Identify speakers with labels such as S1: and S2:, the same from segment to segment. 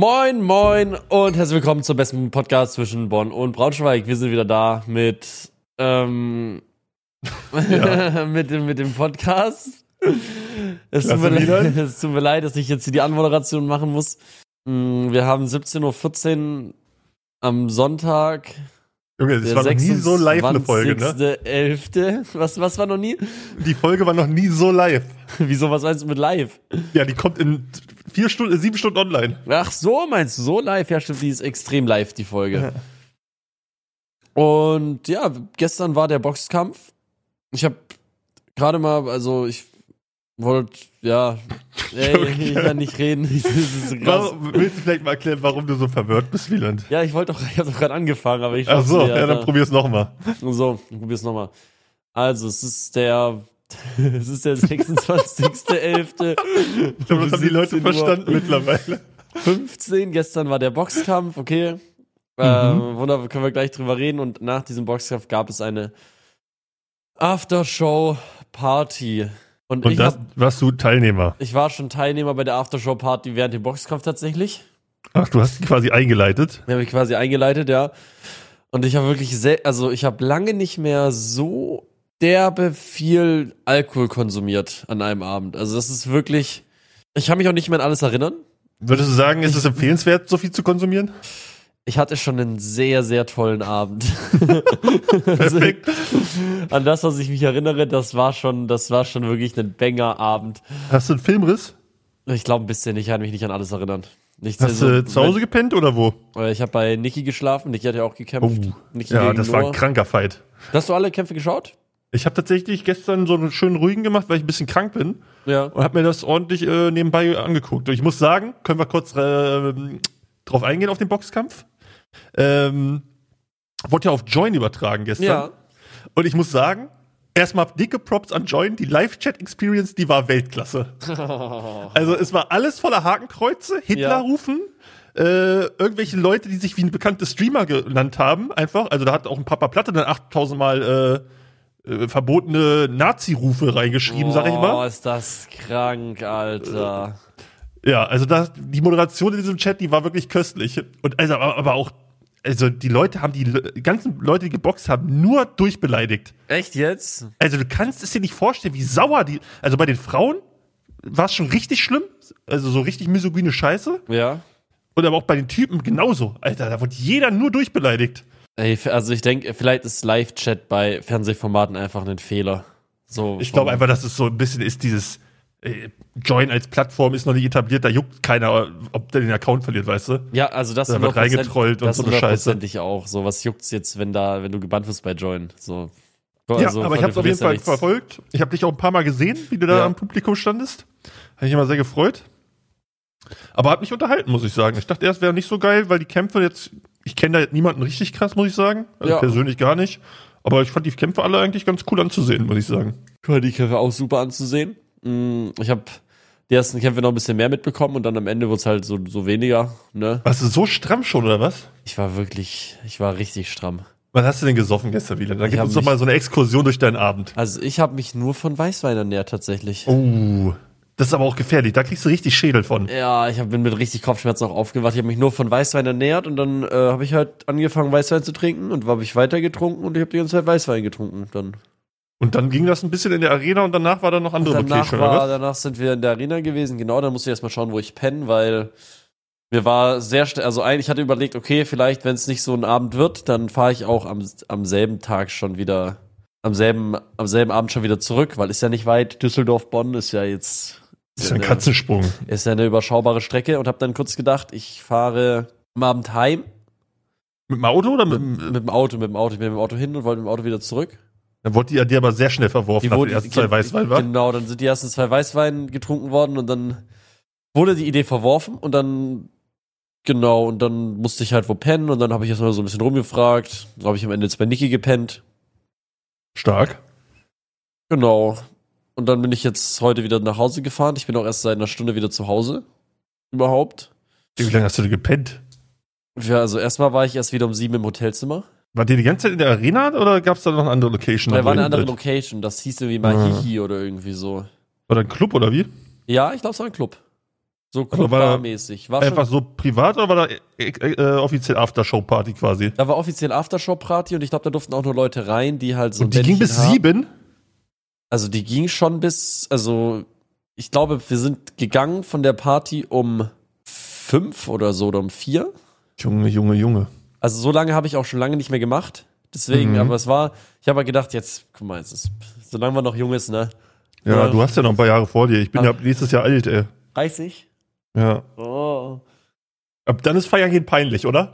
S1: Moin, moin und herzlich willkommen zum besten Podcast zwischen Bonn und Braunschweig. Wir sind wieder da mit, ähm, mit, dem, mit dem Podcast. Es tut,
S2: Klasse,
S1: mir, leid-
S2: Milan.
S1: es tut mir leid, dass ich jetzt hier die Anmoderation machen muss. Mm, Wir haben 17.14 Uhr am Sonntag.
S2: Junge, es
S1: der
S2: war noch nie so live eine Folge, ne?
S1: 26.11.. Was, was war noch nie?
S2: Die Folge war noch nie so live.
S1: Wieso, was meinst du mit live?
S2: Ja, die kommt in vier Stunden, sieben Stunden online.
S1: Ach so, meinst du so live? Ja, stimmt, die ist extrem live, die Folge. Und ja, gestern war der Boxkampf. Ich habe gerade mal, also ich wollte, ja, ey, ich kann nicht reden. Das ist krass.
S2: Warum, willst du vielleicht mal erklären, warum du so verwirrt bist, Wieland?
S1: Ja, ich wollte doch, ich habe doch gerade angefangen, aber ich
S2: Ach so,
S1: schaff's nicht,
S2: ja, dann
S1: Alter.
S2: probier's nochmal.
S1: So, ich probier's nochmal. Also, es ist der. Es ist der 26.11.
S2: Ich glaube, das haben die Leute
S1: 17 Uhr.
S2: verstanden mittlerweile.
S1: 15, gestern war der Boxkampf, okay. Ähm, wunderbar, können wir gleich drüber reden. Und nach diesem Boxkampf gab es eine Aftershow-Party. Und,
S2: Und
S1: ich,
S2: das
S1: hab,
S2: warst du Teilnehmer.
S1: ich war schon Teilnehmer bei der Aftershow-Party während dem Boxkampf tatsächlich.
S2: Ach, du hast quasi eingeleitet.
S1: Wir haben mich quasi eingeleitet, ja. Und ich habe wirklich sehr, also ich habe lange nicht mehr so derbe viel Alkohol konsumiert an einem Abend. Also das ist wirklich, ich kann mich auch nicht mehr an alles erinnern.
S2: Würdest du sagen, ist es empfehlenswert, so viel zu konsumieren?
S1: Ich hatte schon einen sehr, sehr tollen Abend.
S2: Perfekt.
S1: An das, was ich mich erinnere, das war schon, das war schon wirklich ein Banger-Abend.
S2: Hast du einen Filmriss?
S1: Ich glaube ein bisschen, ich kann mich nicht an alles erinnern. Nichts
S2: Hast du zu Hause gepennt oder wo?
S1: Ich habe bei Niki geschlafen, Niki hat ja auch gekämpft. Niki
S2: Oh, ja,
S1: gegen
S2: das war ein
S1: Noah.
S2: kranker Fight.
S1: Hast du alle Kämpfe geschaut?
S2: Ich habe tatsächlich gestern so einen schönen ruhigen gemacht, weil ich ein bisschen krank bin.
S1: Ja.
S2: und habe mir das ordentlich äh, nebenbei angeguckt. Und ich muss sagen, können wir kurz äh, drauf eingehen auf den Boxkampf? Ähm, wurde ja auf Join übertragen gestern.
S1: Ja.
S2: Und ich muss sagen, erstmal dicke Props an Join. Die Live-Chat-Experience, die war Weltklasse. Also es war alles voller Hakenkreuze, Hitler
S1: Ja.
S2: rufen. Äh, irgendwelche Leute, die sich wie ein bekannte Streamer genannt haben, einfach. Also da hat auch ein Papa Platte dann 8000 Mal äh, äh, verbotene Nazi-Rufe reingeschrieben, sag ich mal.
S1: Oh, ist das krank, Alter.
S2: Ja, also das, die Moderation in diesem Chat, die war wirklich köstlich. Und also, aber aber auch, also die Leute haben die Le- ganzen Leute, die geboxt haben, nur durchbeleidigt.
S1: Echt jetzt?
S2: Also du kannst es dir nicht vorstellen, wie sauer die. Also bei den Frauen war es schon richtig schlimm. Also so richtig misogyne Scheiße.
S1: Ja.
S2: Und aber auch bei den Typen genauso. Alter, da wurde jeder nur durchbeleidigt.
S1: Ey, also ich denke, vielleicht ist Live-Chat bei Fernsehformaten einfach ein Fehler. So,
S2: Ich glaube
S1: vom-
S2: einfach, dass es so ein bisschen ist, dieses äh, Join als Plattform ist noch nicht etabliert, da juckt keiner, ob der den Account verliert, weißt du?
S1: Ja, also das
S2: Da wird
S1: 100%,
S2: reingetrollt und
S1: das
S2: so eine Scheiße.
S1: 100%ig auch. So, was juckt's jetzt, wenn da, wenn du gebannt wirst bei Join? So.
S2: Ja,
S1: Also,
S2: aber ich
S1: von
S2: habe
S1: dir
S2: auf jeden
S1: verlierst du ja
S2: Fall
S1: nichts.
S2: verfolgt. Ich habe dich auch ein paar Mal gesehen, wie du da
S1: Ja.
S2: am Publikum standest. Habe ich immer sehr gefreut. Aber hat mich unterhalten, muss ich sagen. Ich dachte erst, wäre nicht so geil, weil die Kämpfe jetzt, ich kenne da jetzt niemanden richtig krass, muss ich sagen. Also
S1: Ja.
S2: persönlich gar nicht. Aber ich fand die Kämpfe alle eigentlich ganz cool anzusehen, muss ich sagen.
S1: Guck mal, Die Kämpfe auch super anzusehen. Mm, Ich habe die ersten Kämpfe noch ein bisschen mehr mitbekommen und dann am Ende wurde es halt so, so weniger. Ne?
S2: Warst du so stramm schon, oder was?
S1: Ich war wirklich, ich war richtig stramm.
S2: Was hast du denn gesoffen gestern wieder? Dann
S1: Ich
S2: gib
S1: hab
S2: uns doch
S1: mich-
S2: mal so eine Exkursion durch deinen Abend.
S1: Also ich habe mich nur von Weißwein ernährt tatsächlich.
S2: Oh, das ist aber auch gefährlich. Da kriegst du richtig Schädel von.
S1: Ja, ich hab, bin mit richtig Kopfschmerzen auch aufgewacht. Ich habe mich nur von Weißwein ernährt und dann äh, habe ich halt angefangen Weißwein zu trinken und habe ich weiter getrunken und ich habe die ganze Zeit Weißwein getrunken dann.
S2: Und dann ging das ein bisschen in der Arena und danach war da noch andere
S1: danach,
S2: Location,
S1: war, danach sind wir in der Arena gewesen. Genau, dann musste ich erstmal schauen, wo ich penne, weil mir war sehr schnell, also eigentlich hatte ich überlegt, okay, vielleicht, wenn es nicht so ein Abend wird, dann fahre ich auch am, am selben Tag schon wieder, am selben, am selben Abend schon wieder zurück, weil ist ja nicht weit. Düsseldorf, Bonn ist ja jetzt.
S2: Das ist ein Katzensprung.
S1: Ist ja eine überschaubare Strecke und habe dann kurz gedacht, ich fahre am Abend heim
S2: Mit dem Auto oder mit,
S1: mit dem Auto, mit dem Auto. Ich bin mit dem Auto hin und wollte mit dem Auto wieder zurück.
S2: Dann wurde die dir aber sehr schnell verworfen, nach den
S1: wurden-
S2: ersten zwei Weißwein, war.
S1: Genau, dann sind die ersten zwei Weißwein getrunken worden und dann wurde die Idee verworfen und dann genau und dann musste ich halt wo pennen und dann habe ich erstmal so ein bisschen rumgefragt, Dann habe ich am Ende jetzt bei Niki gepennt.
S2: Stark.
S1: Genau. Und dann bin ich jetzt heute wieder nach Hause gefahren. Ich bin auch erst seit einer Stunde wieder zu Hause überhaupt.
S2: Wie lange hast du denn gepennt?
S1: Ja, also erstmal war ich erst wieder um sieben im Hotelzimmer.
S2: War die die ganze Zeit in der Arena oder gab es da noch eine andere Location?
S1: Da war eine
S2: wo ihr
S1: andere
S2: seid?
S1: Location, das hieß irgendwie
S2: Ah.
S1: Mahihi oder irgendwie so.
S2: Oder ein Club oder wie?
S1: Ja, ich glaube, es war ein Club. So
S2: Also war da
S1: Clubbar-mäßig. War schon,
S2: Einfach so privat oder war da äh, äh, offiziell Aftershow-Party quasi?
S1: da war offiziell Aftershow-Party und ich glaube, da durften auch nur Leute rein, die halt so ein
S2: Und die ging
S1: Bändchen
S2: bis
S1: haben.
S2: sieben?
S1: Also die ging schon bis, also ich glaube, wir sind gegangen von der Party um fünf oder so oder um vier.
S2: Junge, Junge, Junge.
S1: Also so lange habe ich auch schon lange nicht mehr gemacht. Deswegen,
S2: Mhm.
S1: aber es war, ich habe halt gedacht, jetzt, guck mal, es ist, solange man noch jung ist, ne?
S2: Ja,
S1: Ja.
S2: du hast ja noch ein paar Jahre vor dir. Ich bin
S1: Ah.
S2: ja nächstes Jahr alt, ey.
S1: 30?
S2: Ja.
S1: Oh.
S2: Ab dann ist Feiern gehen peinlich, oder?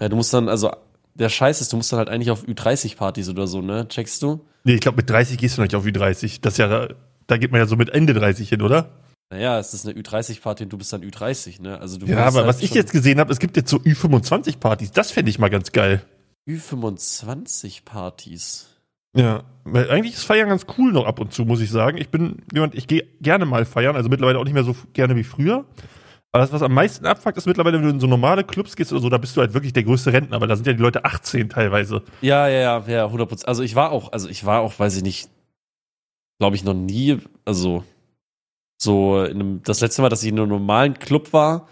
S1: Ja, du musst dann, also der Scheiß ist, du musst dann halt eigentlich auf Ü30-Partys oder so, ne? Checkst du?
S2: Nee, ich glaube, mit 30 gehst du noch nicht auf wie 30. Das ist ja, da geht man ja so mit Ende 30 hin, oder?
S1: Naja, es ist eine Ü30-Party und du bist dann Ü30, ne? Also du
S2: Ja,
S1: wirst
S2: aber
S1: halt
S2: was ich
S1: schon
S2: jetzt gesehen habe, es gibt jetzt so Ü25-Partys. Das fände ich mal ganz geil.
S1: Ü25-Partys.
S2: Ja, weil eigentlich ist Feiern ganz cool noch ab und zu, muss ich sagen. Ich bin jemand, ich gehe gerne mal feiern, also mittlerweile auch nicht mehr so f- gerne wie früher. Aber das, was am meisten abfuckt, ist mittlerweile, wenn du in so normale Clubs gehst oder so, da bist du halt wirklich der größte Rentner, weil da sind ja die Leute 18 teilweise.
S1: Ja, ja, ja, ja, 100 Prozent. Also ich war auch, also ich war auch, weiß ich nicht, glaube ich noch nie, also so in einem, das letzte Mal, dass ich in einem normalen Club war,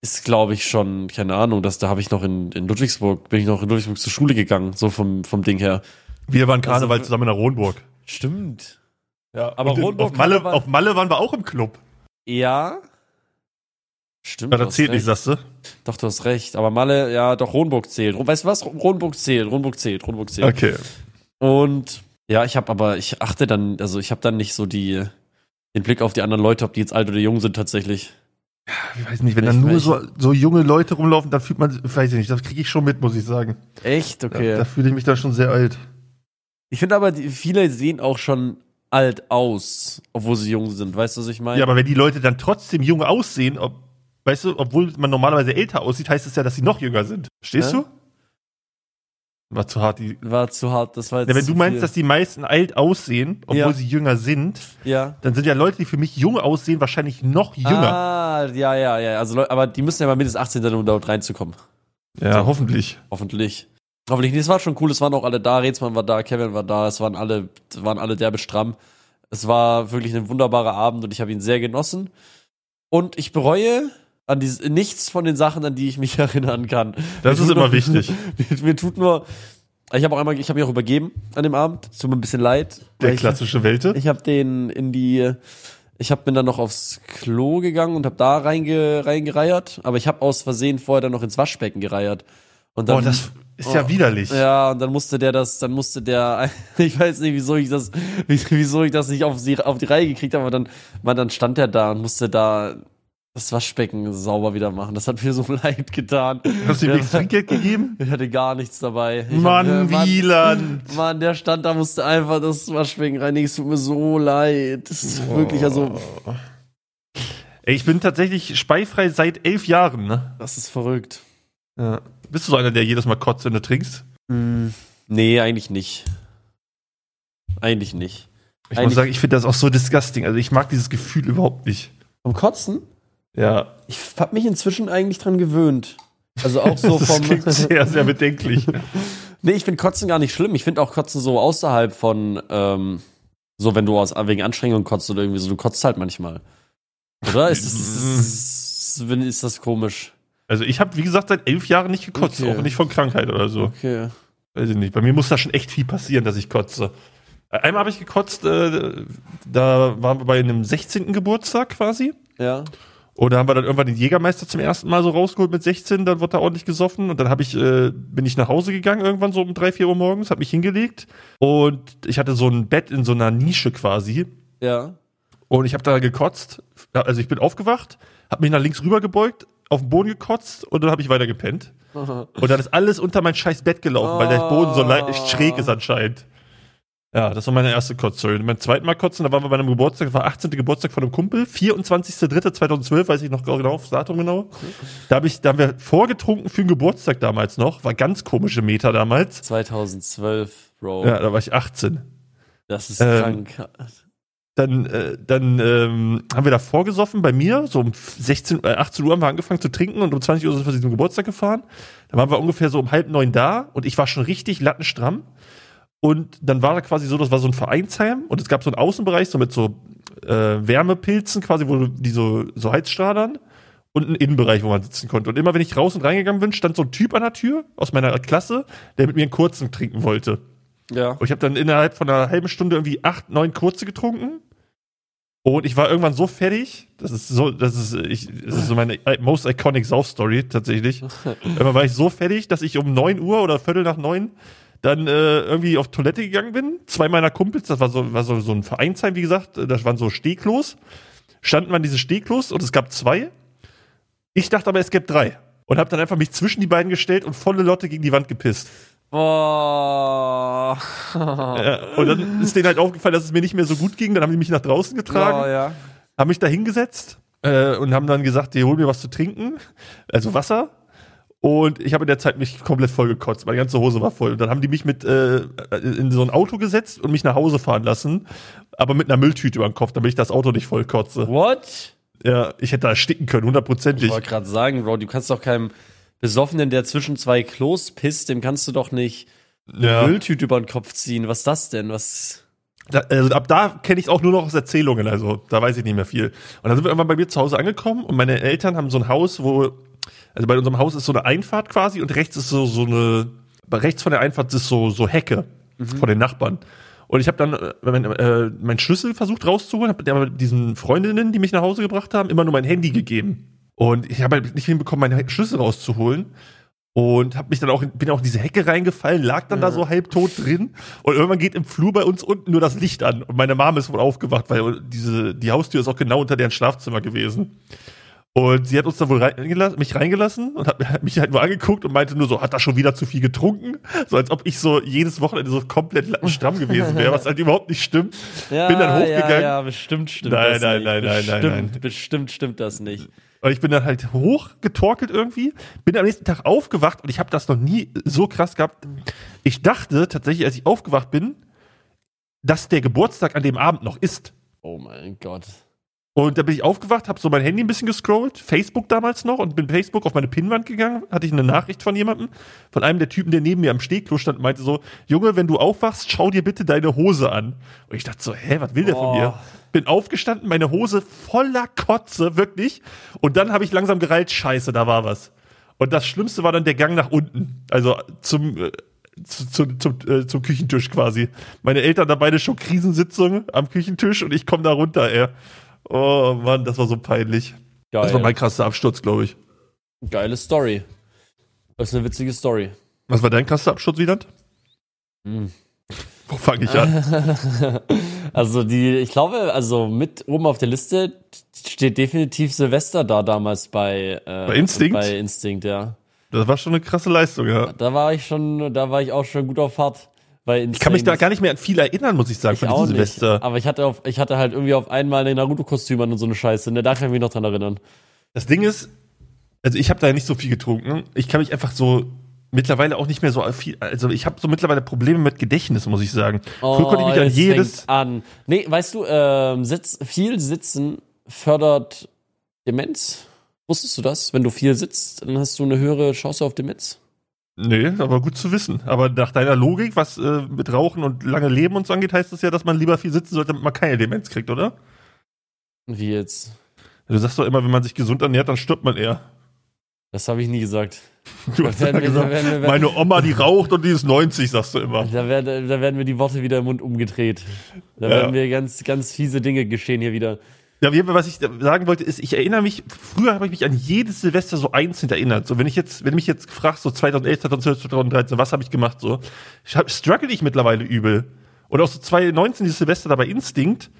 S1: ist glaube ich schon, keine Ahnung, dass da habe ich noch in, in Ludwigsburg, bin ich noch in Ludwigsburg zur Schule gegangen, so vom, vom Ding her.
S2: Wir waren Karneval
S1: Also-
S2: zusammen in der Ronburg.
S1: Stimmt.
S2: Ja,
S1: aber
S2: aber in,
S1: Ronburg-
S2: auf, Malle,
S1: Karneval-
S2: auf Malle waren wir auch im Club.
S1: Ja. Stimmt. du
S2: Ja, das
S1: hast
S2: zählt
S1: recht.
S2: nicht, sagst du?
S1: Doch, du hast recht. Aber Malle, ja, doch, Ronburg zählt. Ron- Weißt du was? Ronburg zählt, Ronburg zählt, Ronburg zählt.
S2: Okay.
S1: Und ja, ich habe aber, ich achte dann, also ich habe dann nicht so die, den Blick auf die anderen Leute, ob die jetzt alt oder jung sind tatsächlich.
S2: Ich weiß nicht, wenn
S1: Ich
S2: dann nur
S1: weiß-
S2: so, so junge Leute rumlaufen, dann fühlt man, weiß ich nicht, das kriege ich schon mit, muss ich sagen.
S1: Echt?
S2: Da,
S1: Okay.
S2: da fühle ich mich dann schon sehr alt.
S1: Ich finde aber, die, viele sehen auch schon alt aus, obwohl sie jung sind. Weißt du, was ich meine?
S2: Ja, aber wenn die Leute dann trotzdem jung aussehen, ob, weißt du, obwohl man normalerweise älter aussieht, heißt es ja, dass sie noch jünger sind. Stehst
S1: Ja.
S2: du? War zu hart. Die,
S1: War zu hart, das war jetzt
S2: ja, wenn
S1: zu
S2: du meinst,
S1: viel.
S2: dass die meisten alt aussehen, obwohl
S1: Ja.
S2: sie jünger sind,
S1: Ja.
S2: dann sind ja Leute, die für mich jung aussehen, wahrscheinlich noch jünger.
S1: Ah, ja, ja, ja. Also, Leute, aber die müssen ja mal mindestens 18 sein, um dort reinzukommen.
S2: ja, hoffentlich.
S1: Hoffentlich. Hoffentlich. Nee, es war schon cool. Es waren auch alle da. Rezmann war da, Kevin war da. Es waren alle, waren alle derbe stramm. Es war wirklich ein wunderbarer Abend und ich habe ihn sehr genossen. Und ich bereue an dies, nichts von den Sachen, an die ich mich erinnern kann.
S2: Das
S1: Mir
S2: ist
S1: tut
S2: immer
S1: nur-
S2: wichtig.
S1: Mir, mir tut nur. Ich habe auch einmal, ich habe mich auch übergeben an dem Abend. Es Tut mir ein bisschen leid.
S2: Der
S1: weil ich-
S2: klassische Welte.
S1: ich habe den in die. Ich hab bin dann noch aufs Klo gegangen und habe da reinge, reingereiert. Aber ich habe aus Versehen vorher dann noch ins Waschbecken gereiert. Und dann,
S2: Oh, das ist
S1: Oh.
S2: ja widerlich.
S1: ja, und dann musste der das, dann musste der, ich weiß nicht, wieso ich das, wie- wieso ich das nicht auf die, auf die Reihe gekriegt habe, aber dann, man, dann stand er da und musste da das Waschbecken sauber wieder machen. Das hat mir so leid getan.
S2: Hast du ihm
S1: Ja.
S2: nichts Trinkgeld gegeben?
S1: Ich hatte gar nichts dabei. Ich
S2: Mann,
S1: hab, äh, Mann,
S2: Wieland.
S1: Mann, der stand da, musste einfach das Waschbecken reinigen. Es tut mir so leid. Das ist wirklich, also,
S2: Ey, ich bin tatsächlich speifrei seit elf Jahren, ne?
S1: das ist verrückt.
S2: Ja. Bist du so einer, der jedes Mal kotzt, wenn du trinkst? Hm.
S1: Nee, eigentlich nicht. Eigentlich nicht.
S2: Ich
S1: Eigentlich-
S2: muss sagen, ich finde das auch so disgusting. Also ich mag dieses Gefühl überhaupt nicht.
S1: Vom Kotzen?
S2: Ja,
S1: Ich hab mich inzwischen eigentlich dran gewöhnt. Also auch so
S2: das
S1: vom.
S2: klingt sehr, sehr bedenklich.
S1: Nee, ich finde Kotzen gar nicht schlimm. Ich finde auch Kotzen so außerhalb von, ähm, so wenn du aus, wegen Anstrengung kotzt oder irgendwie so, du kotzt halt manchmal. Oder? Ist das, ist das, ist das komisch?
S2: Also ich habe, wie gesagt, seit elf Jahren nicht gekotzt,
S1: Okay.
S2: auch nicht von Krankheit oder so.
S1: Okay.
S2: Weiß ich nicht. Bei mir muss da schon echt viel passieren, dass ich kotze. Einmal habe ich gekotzt, äh, da waren wir bei einem 16. Geburtstag quasi.
S1: Ja.
S2: Und da haben wir dann irgendwann den Jägermeister zum ersten Mal so rausgeholt mit 16, dann wurde da ordentlich gesoffen und dann hab ich, äh, bin ich nach Hause gegangen irgendwann so um 3, 4 Uhr morgens, habe mich hingelegt und ich hatte so ein Bett in so einer Nische quasi
S1: Ja.
S2: Und ich habe da gekotzt. Also ich bin aufgewacht, habe mich nach links rüber gebeugt, auf den Boden gekotzt und dann habe ich weiter gepennt. Und dann ist alles unter mein scheiß Bett gelaufen, weil der Boden so leicht schräg ist anscheinend. Ja, das war meine erste Kotzsäule. Mein zweiten Mal kotzen, da waren wir bei einem Geburtstag, das war 18. Geburtstag von einem Kumpel, 24.03.2012, weiß ich noch genau, das Datum genau. Da, hab ich, da haben wir vorgetrunken für den Geburtstag damals noch, war ganz komische Meter damals.
S1: 2012, Bro.
S2: Ja, da war ich 18.
S1: Das ist
S2: Ähm,
S1: krank.
S2: dann, äh, dann ähm, haben wir da vorgesoffen bei mir. So um 16, äh, 18 Uhr haben wir angefangen zu trinken und um 20 Uhr sind wir zum Geburtstag gefahren. Dann waren wir ungefähr so um halb neun da und ich war schon richtig lattenstramm. Und dann war da quasi so, das war so ein Vereinsheim und es gab so einen Außenbereich, so mit so äh, Wärmepilzen quasi, wo du die so, so Heizstrahlern und einen Innenbereich, wo man sitzen konnte. Und immer, wenn ich raus und reingegangen bin, stand so ein Typ an der Tür aus meiner Klasse, der mit mir einen kurzen trinken wollte.
S1: Ja.
S2: Und ich habe dann innerhalb von einer halben Stunde irgendwie acht, neun kurze getrunken. Und ich war irgendwann so fertig, das ist so, das ist, ich, das ist so meine most iconic Sauf-Story tatsächlich. Irgendwann war ich so fertig, dass ich um 9 Uhr oder Viertel nach neun dann äh, irgendwie auf Toilette gegangen bin. Zwei meiner Kumpels, das war so, war so, so ein Vereinsheim, wie gesagt, äh, das waren so Stehklos. Standen an diese Stehklos und es gab zwei. Ich dachte aber, es gäbe drei. Und habe dann einfach mich zwischen die beiden gestellt und volle Lotte gegen die Wand gepisst.
S1: Boah.
S2: Ja, und dann ist denen halt aufgefallen, dass es mir nicht mehr so gut ging. Dann haben die mich nach draußen getragen,
S1: Boah, ja.
S2: haben mich da hingesetzt äh, und haben dann gesagt, die holen mir was zu trinken, also Wasser. Und ich habe in der Zeit mich komplett vollgekotzt. Meine ganze Hose war voll. Und dann haben die mich mit äh, in so ein Auto gesetzt und mich nach Hause fahren lassen, aber mit einer Mülltüte über dem Kopf, damit ich das Auto nicht vollkotze.
S1: What?
S2: Ja, ich hätte da ersticken können, hundertprozentig.
S1: Ich wollte gerade sagen, Bro, du kannst doch keinem Besoffenen, der zwischen zwei Klos pisst, dem kannst du doch nicht
S2: Ja.
S1: Mülltüte über den Kopf ziehen. Was ist das denn? Was?
S2: Da, also ab da kenne ich es auch nur noch aus Erzählungen, also da weiß ich nicht mehr viel. Und dann sind wir irgendwann bei mir zu Hause angekommen und meine Eltern haben so ein Haus, wo, also bei unserem Haus ist so eine Einfahrt quasi und rechts ist so, so eine, bei rechts von der Einfahrt ist so, so Hecke von den Nachbarn. Und ich habe dann äh, mein, äh, meinen Schlüssel versucht rauszuholen, habe diesen Freundinnen, die mich nach Hause gebracht haben, immer nur mein Handy gegeben. Und ich habe halt nicht hinbekommen, meinen Schlüssel rauszuholen und hab mich dann auch in- bin auch in diese Hecke reingefallen, lag dann da so halbtot drin und irgendwann geht im Flur bei uns unten nur das Licht an und meine Mama ist wohl aufgewacht, weil diese die Haustür ist auch genau unter deren Schlafzimmer gewesen. Und sie hat uns dann wohl reingelassen, mich reingelassen und hat, hat mich halt nur angeguckt und meinte nur so, hat er schon wieder zu viel getrunken? So als ob ich so jedes Wochenende so komplett stramm gewesen wäre, was halt überhaupt nicht stimmt.
S1: Ja,
S2: bin dann hochgegangen.
S1: Ja, ja, bestimmt stimmt
S2: Nein,
S1: das
S2: nein,
S1: nicht.
S2: nein, nein, nein,
S1: bestimmt,
S2: nein.
S1: Bestimmt stimmt das nicht.
S2: Und ich bin dann halt hochgetorkelt irgendwie, bin am nächsten Tag aufgewacht und ich habe das noch nie so krass gehabt. Ich dachte tatsächlich, als ich aufgewacht bin, dass der Geburtstag an dem Abend noch ist.
S1: Oh mein Gott.
S2: Und da bin ich aufgewacht, habe so mein Handy ein bisschen gescrollt, Facebook damals noch und bin Facebook auf meine Pinnwand gegangen, hatte ich eine Nachricht von jemandem, von einem der Typen, der neben mir am Stehklo stand und meinte so, Junge, wenn du aufwachst, schau dir bitte deine Hose an. Und ich dachte so, hä, was will der
S1: Oh.
S2: von mir? Bin aufgestanden, meine Hose voller Kotze, wirklich. Und dann habe ich langsam gereilt, scheiße, da war was. Und das Schlimmste war dann der Gang nach unten, also zum, äh, zu, zu, zum, äh, zum Küchentisch quasi. Meine Eltern da beide schon Krisensitzungen am Küchentisch und ich komme da runter, ey. Oh Mann, das war so peinlich.
S1: Geil.
S2: Das war mein krasser Absturz, glaube ich.
S1: Geile Story. Das ist eine witzige Story.
S2: Was war dein krasser Absturz, Wieland?
S1: Hm.
S2: Wo fange ich an?
S1: also die, ich glaube, also mit oben auf der Liste steht definitiv Silvester da damals bei, äh, bei
S2: Instinct?
S1: Bei Instinct, ja.
S2: Das war schon eine krasse Leistung, ja.
S1: Da war ich schon, da war ich auch schon gut auf Fahrt bei Instinct.
S2: Ich kann mich da gar nicht mehr an viel erinnern, muss ich sagen, von diesem Silvester.
S1: Nicht. Aber ich hatte, auf, ich hatte halt irgendwie auf einmal ein Naruto-Kostüm an und so eine Scheiße. Ne? Da kann ich mich noch dran erinnern.
S2: Das Ding ist, also ich habe da nicht so viel getrunken. Ich kann mich einfach so mittlerweile auch nicht mehr so viel. Also ich habe so mittlerweile Probleme mit Gedächtnis, muss ich sagen.
S1: Oh,
S2: Früher konnte ich mich an
S1: jetzt
S2: jedes.
S1: fängt's an. Nee, weißt du, ähm, sitz, viel Sitzen fördert Demenz. Wusstest du das? Wenn du viel sitzt, dann hast du eine höhere Chance auf Demenz.
S2: Nee, aber gut zu wissen. Aber nach deiner Logik, was äh, mit Rauchen und lange Leben und so angeht, heißt das ja, dass man lieber viel sitzen sollte, damit man keine Demenz kriegt, oder? Also
S1: Wie jetzt?
S2: Du sagst doch immer, wenn man sich gesund ernährt, dann stirbt man eher.
S1: Das habe ich nie gesagt.
S2: Du hast
S1: Wenn wir-
S2: ja gesagt,
S1: wenn wir- wenn-
S2: meine Oma, die raucht und die ist 90, sagst du immer.
S1: Da werden, da werden mir die Worte wieder im Mund umgedreht. Da
S2: Ja.
S1: werden mir ganz, ganz fiese Dinge geschehen hier wieder.
S2: Ja, auf jeden Fall, was ich sagen wollte, ist, ich erinnere mich, früher habe ich mich an jedes Silvester so einzeln erinnert. So, wenn ich jetzt, wenn du mich jetzt gefragt, so 2011, 2012, 2013, was habe ich gemacht, so, ich hab, struggle ich mittlerweile übel. Und auch so 2019, dieses Silvester dabei Instinkt,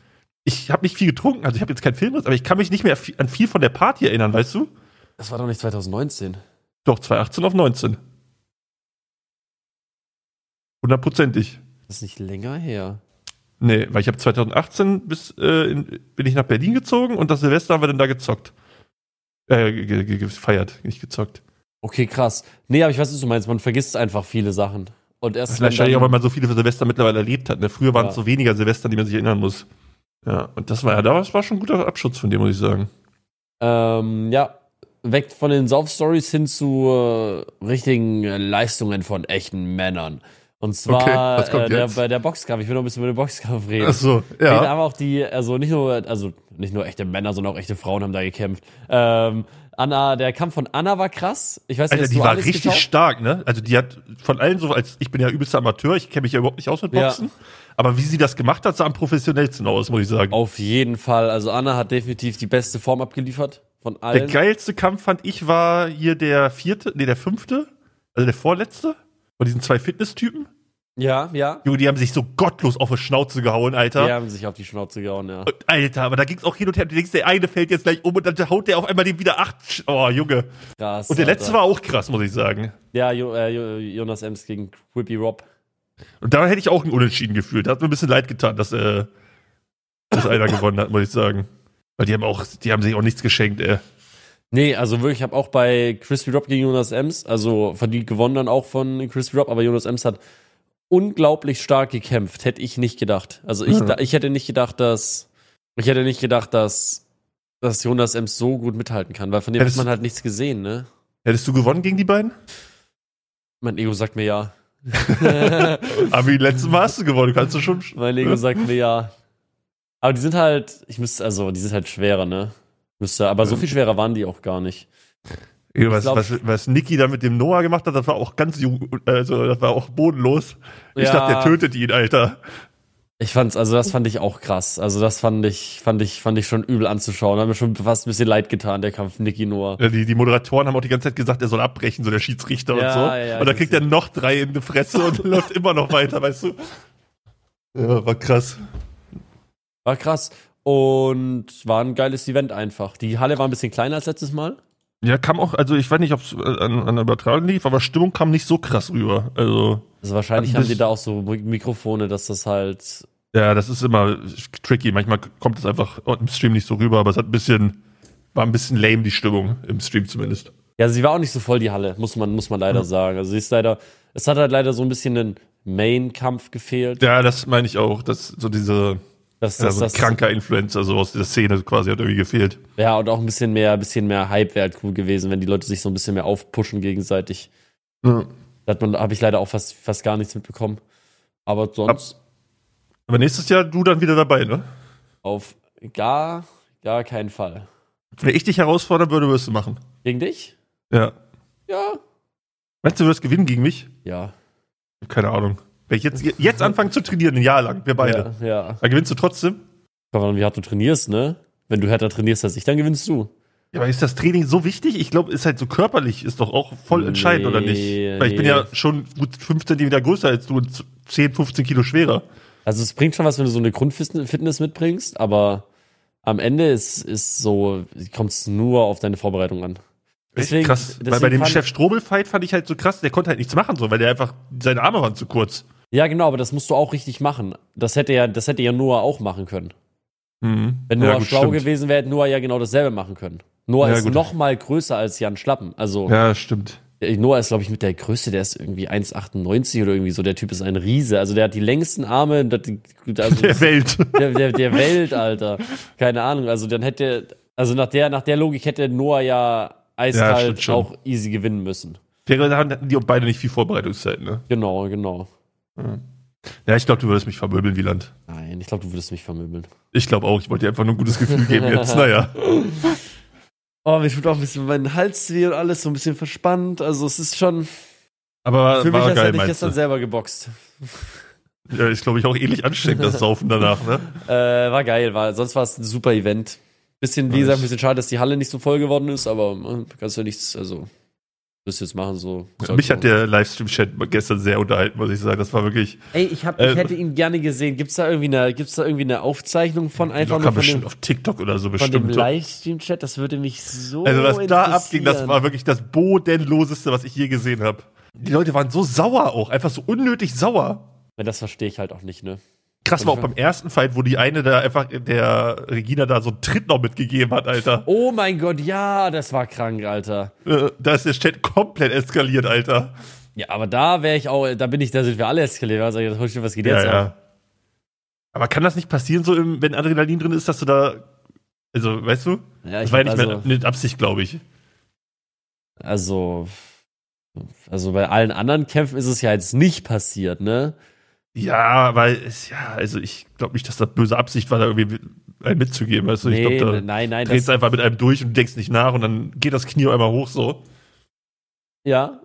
S2: ich habe nicht viel getrunken, also ich habe jetzt keinen Filmriss, aber ich kann mich nicht mehr viel- an viel von der Party erinnern, weißt du?
S1: Das war doch nicht 2019.
S2: Doch, 2018 auf 19. Hundertprozentig.
S1: Das ist nicht länger her.
S2: Nee, weil ich habe 2018 bis äh, in, bin ich nach Berlin gezogen und das Silvester haben wir dann da gezockt. Äh, ge- ge- ge- gefeiert, nicht gezockt.
S1: Okay, krass. Nee, aber ich weiß, was du meinst. Man vergisst einfach viele Sachen. Und erst
S2: Das
S1: wenn
S2: wahrscheinlich auch,
S1: dann-
S2: weil man so viele Silvester mittlerweile erlebt hat. Ne? Früher waren es
S1: Ja.
S2: so weniger Silvester, an die man sich erinnern muss. Ja, und das war ja, das war schon ein guter Abschutz von dir, muss ich sagen.
S1: Ähm, ja, weg von den Sauf-Stories hin zu äh, richtigen äh, Leistungen von echten Männern. Und zwar
S2: was kommt
S1: äh, der,
S2: jetzt?
S1: bei der Boxkampf. Ich will noch ein bisschen über den Boxkampf reden.
S2: Ach so,
S1: Ja. Da
S2: ja.
S1: haben auch die, also nicht nur, also nicht nur echte Männer, sondern auch echte Frauen haben da gekämpft. Ähm, Anna, der Kampf von Anna war krass. Ich weiß nicht,
S2: Alter,
S1: hast
S2: die
S1: du
S2: war
S1: alles
S2: richtig
S1: geschaut?
S2: stark, ne? Also die hat von allen so, als ich bin ja übelster Amateur, ich kenne mich ja überhaupt nicht aus mit
S1: Ja.
S2: Boxen. Aber wie sie das gemacht hat, sah am professionellsten aus, muss ich sagen.
S1: Auf jeden Fall. Also Anna hat definitiv die beste Form abgeliefert von
S2: Der
S1: allen.
S2: geilste Kampf fand ich war hier der vierte, nee, der fünfte, also der vorletzte von diesen zwei Fitnesstypen.
S1: Ja, ja.
S2: Junge, die haben sich so gottlos auf die Schnauze gehauen, Alter.
S1: Die haben sich auf die Schnauze gehauen, ja.
S2: Und, Alter, aber da ging's auch hin und her. Du denkst, der eine fällt jetzt gleich um und dann haut der auf einmal dem wieder acht. Sch- Oh, Junge.
S1: Krass.
S2: Und der
S1: Alter.
S2: letzte war auch krass, muss ich sagen.
S1: Ja, jo äh, jo Jonas Ems gegen Whippy Rob.
S2: Und da hätte ich auch einen Unentschieden gefühlt. Da hat mir ein bisschen leid getan, dass, äh, dass einer gewonnen hat, muss ich sagen. Weil die haben auch, die haben sich auch nichts geschenkt, ey.
S1: Nee, also wirklich, ich habe auch bei Crispy Rob gegen Jonas Ems, also verdient gewonnen dann auch von Crispy Rob, aber Jonas Ems hat unglaublich stark gekämpft, hätte ich nicht gedacht. Also ich,
S2: Mhm.
S1: da, ich hätte nicht gedacht, dass ich hätte nicht gedacht, dass, dass Jonas Ems so gut mithalten kann, weil von dem hat
S2: Hättest-
S1: man halt nichts gesehen, ne?
S2: Hättest du gewonnen gegen die beiden?
S1: Mein Ego sagt mir ja.
S2: Aber wie letzten Mal hast du gewonnen, kannst du schon.
S1: mein Ego sagt mir ja. Aber die sind halt, ich müsste, also die sind halt schwerer, ne? Müsste, aber so viel schwerer waren die auch gar nicht.
S2: Junge, was,
S1: glaub-
S2: was, was Niki da mit dem Noah gemacht hat, das war auch ganz jung, also das war auch bodenlos. Ich
S1: Ja.
S2: dachte, der tötet ihn, Alter.
S1: Ich fand's, also das fand ich auch krass. Also das fand ich, fand ich, fand ich schon übel anzuschauen. Hat mir schon fast ein bisschen leid getan, der Kampf Niki Noah.
S2: Ja, Die, die Moderatoren haben auch die ganze Zeit gesagt, er soll abbrechen, so der Schiedsrichter
S1: Ja,
S2: und so.
S1: ja,
S2: und dann
S1: ich
S2: kriegt
S1: weiß
S2: er noch drei in die Fresse und läuft immer noch weiter, weißt du? Ja, war krass.
S1: War krass. Und war ein geiles Event einfach. Die Halle war ein bisschen kleiner als letztes Mal.
S2: Ja, kam auch, also ich weiß nicht, ob es an, an der Übertragung lief, aber Stimmung kam nicht so krass rüber. Also,
S1: Also wahrscheinlich
S2: Hat ein
S1: haben die
S2: bisschen-
S1: da auch so Mi- Mikrofone, dass das halt.
S2: ja, das ist immer tricky. Manchmal kommt es einfach im Stream nicht so rüber, aber es hat ein bisschen, war ein bisschen lame, die Stimmung, im Stream zumindest.
S1: Ja, sie war auch nicht so voll, die Halle, muss man, muss man leider sagen. Also sie ist leider, es hat halt leider so ein bisschen einen Main-Kampf gefehlt.
S2: Ja, also das meine ich auch, dass so diese
S1: Dass,
S2: ja,
S1: dass,
S2: so ein
S1: dass,
S2: kranker Influencer so aus dieser Szene quasi hat irgendwie gefehlt.
S1: ja, und auch ein bisschen mehr, ein bisschen mehr Hype wäre halt cool gewesen, wenn die Leute sich so ein bisschen mehr aufpushen gegenseitig. Da hat man, habe ich leider auch fast, fast gar nichts mitbekommen. Aber sonst
S2: Aber nächstes Jahr du dann wieder dabei, ne?
S1: auf gar, gar keinen Fall.
S2: Wenn ich dich herausfordern würde, würdest du machen.
S1: Gegen dich?
S2: Ja.
S1: Ja.
S2: Meinst du, du wirst gewinnen gegen mich?
S1: Ja.
S2: Keine Ahnung. Wenn ich jetzt, jetzt anfangen zu trainieren, ein Jahr lang, wir beide.
S1: Ja. ja.
S2: Dann gewinnst du trotzdem.
S1: Komm mal, wie hart du trainierst, ne? Wenn du härter trainierst als ich, dann gewinnst du.
S2: Ja, aber ist das Training so wichtig? Ich glaube, ist halt so körperlich, ist doch auch voll entscheidend, oder nicht?
S1: Nee,
S2: Weil ich bin
S1: nee.
S2: ja schon gut 5 cm größer als du und 10, 15 Kilo schwerer.
S1: Also es bringt schon was, wenn du so eine Grundfitness mitbringst, aber am Ende ist, ist so, kommt es nur auf deine Vorbereitung an.
S2: Echt
S1: Deswegen-
S2: krass. Weil bei
S1: deswegen
S2: dem
S1: fand-
S2: Chef Strobel-Fight fand ich halt so krass, der konnte halt nichts machen, so, weil der einfach, seine Arme waren zu kurz.
S1: Ja, genau, aber das musst du auch richtig machen. Das hätte ja, das hätte ja Noah auch machen können.
S2: Mhm.
S1: Wenn Noah
S2: gut,
S1: schlau
S2: stimmt.
S1: gewesen wäre, hätte Noah ja genau dasselbe machen können. Noah
S2: Ja,
S1: ist
S2: gut.
S1: noch mal größer als Jan Schlappen. Also
S2: Ja, stimmt.
S1: Der Noah ist, glaube ich, mit der Größe, der ist irgendwie 1,98 oder irgendwie so. Der Typ ist ein Riese. Also der hat die längsten Arme und hat die, also
S2: Der Welt.
S1: der, der, der Welt, Alter. Keine Ahnung. Also dann hätte, also nach der, nach der Logik hätte Noah ja
S2: Ja,
S1: eiskalt
S2: stimmt schon.
S1: auch easy gewinnen müssen.
S2: Wäre, da hatten die auch beide nicht viel Vorbereitungszeit, ne?
S1: Genau, genau.
S2: Ja, ich glaube, du würdest mich vermöbeln, Wieland.
S1: Nein, ich glaube, du würdest mich vermöbeln.
S2: Ich glaube auch, ich wollte dir einfach nur ein gutes Gefühl geben jetzt. Naja.
S1: Oh, mir tut auch ein bisschen mein Hals weh und alles so ein bisschen verspannt. Also es ist schon,
S2: Aber war,
S1: für mich, als
S2: geil,
S1: hätte ich
S2: meinst
S1: gestern
S2: du?
S1: selber geboxt.
S2: Ja, ist, glaube ich, auch ähnlich anstrengend, das Saufen danach, ne?
S1: Äh, war geil, war, sonst war es ein super Event. Bisschen, wie
S2: Nice.
S1: gesagt, ein bisschen schade, dass die Halle nicht so voll geworden ist, aber man kannst ja nichts, also, müsst jetzt machen, so.
S2: Mich hat der Livestream-Chat gestern sehr unterhalten, muss ich sagen. Das war wirklich
S1: Ey, ich, hab,
S2: äh,
S1: ich hätte ihn gerne gesehen. Gibt's da irgendwie eine, gibt's da irgendwie eine Aufzeichnung von einfach
S2: locker
S1: nur von
S2: bestimmt
S1: dem,
S2: auf TikTok oder so
S1: von dem
S2: bestimmt.
S1: Livestream-Chat? Das würde mich so
S2: Also was
S1: Oh,
S2: da
S1: interessieren.
S2: abging, das war wirklich das bodenloseste, was ich je gesehen habe. Die Leute waren so sauer auch, einfach so unnötig sauer.
S1: Ja, Das verstehe ich halt auch nicht, ne?
S2: Krass war auch beim ersten Fight, wo die eine da einfach der Regina da so einen Tritt noch mitgegeben hat, Alter.
S1: Oh mein Gott, ja, das war krank, Alter.
S2: Äh, Da ist der Chat komplett eskaliert, Alter.
S1: Ja, aber da wäre ich auch, da bin ich, da sind wir alle eskaliert. Also, jetzt, was geht jetzt ab?
S2: Aber kann das nicht passieren, so im, wenn Adrenalin drin ist, dass du da. Also, weißt du?
S1: Ja,
S2: Das
S1: ich also
S2: war ja
S1: hab
S2: nicht mehr eine Absicht, glaube ich.
S1: Also, also bei allen anderen Kämpfen ist es ja jetzt nicht passiert, ne?
S2: Ja, weil es, ja, also ich glaube nicht, dass das böse Absicht war, da irgendwie einen mitzugeben. Also ich
S1: Nee, ne,
S2: glaube, da
S1: nein, nein, das,
S2: drehst du einfach mit einem durch und denkst nicht nach und dann geht das Knie einmal hoch so.
S1: ja,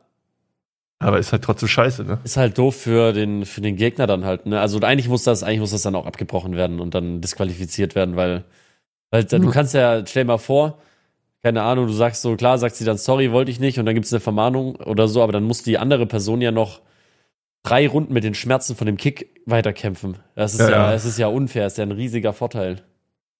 S2: Aber ist halt trotzdem scheiße, ne?
S1: ist halt doof für den, für den Gegner dann halt, ne? Also eigentlich muss das, eigentlich muss das dann auch abgebrochen werden und dann disqualifiziert werden, weil, weil du
S2: Hm.
S1: kannst ja, stell dir mal vor, keine Ahnung, du sagst so, klar, sagt sie dann, sorry, wollte ich nicht und dann gibt's eine Vermahnung oder so, aber dann muss die andere Person ja noch drei Runden mit den Schmerzen von dem Kick weiterkämpfen. Das ist
S2: Ja,
S1: ja,
S2: ja.
S1: das ist ja unfair, ist ja ein riesiger Vorteil.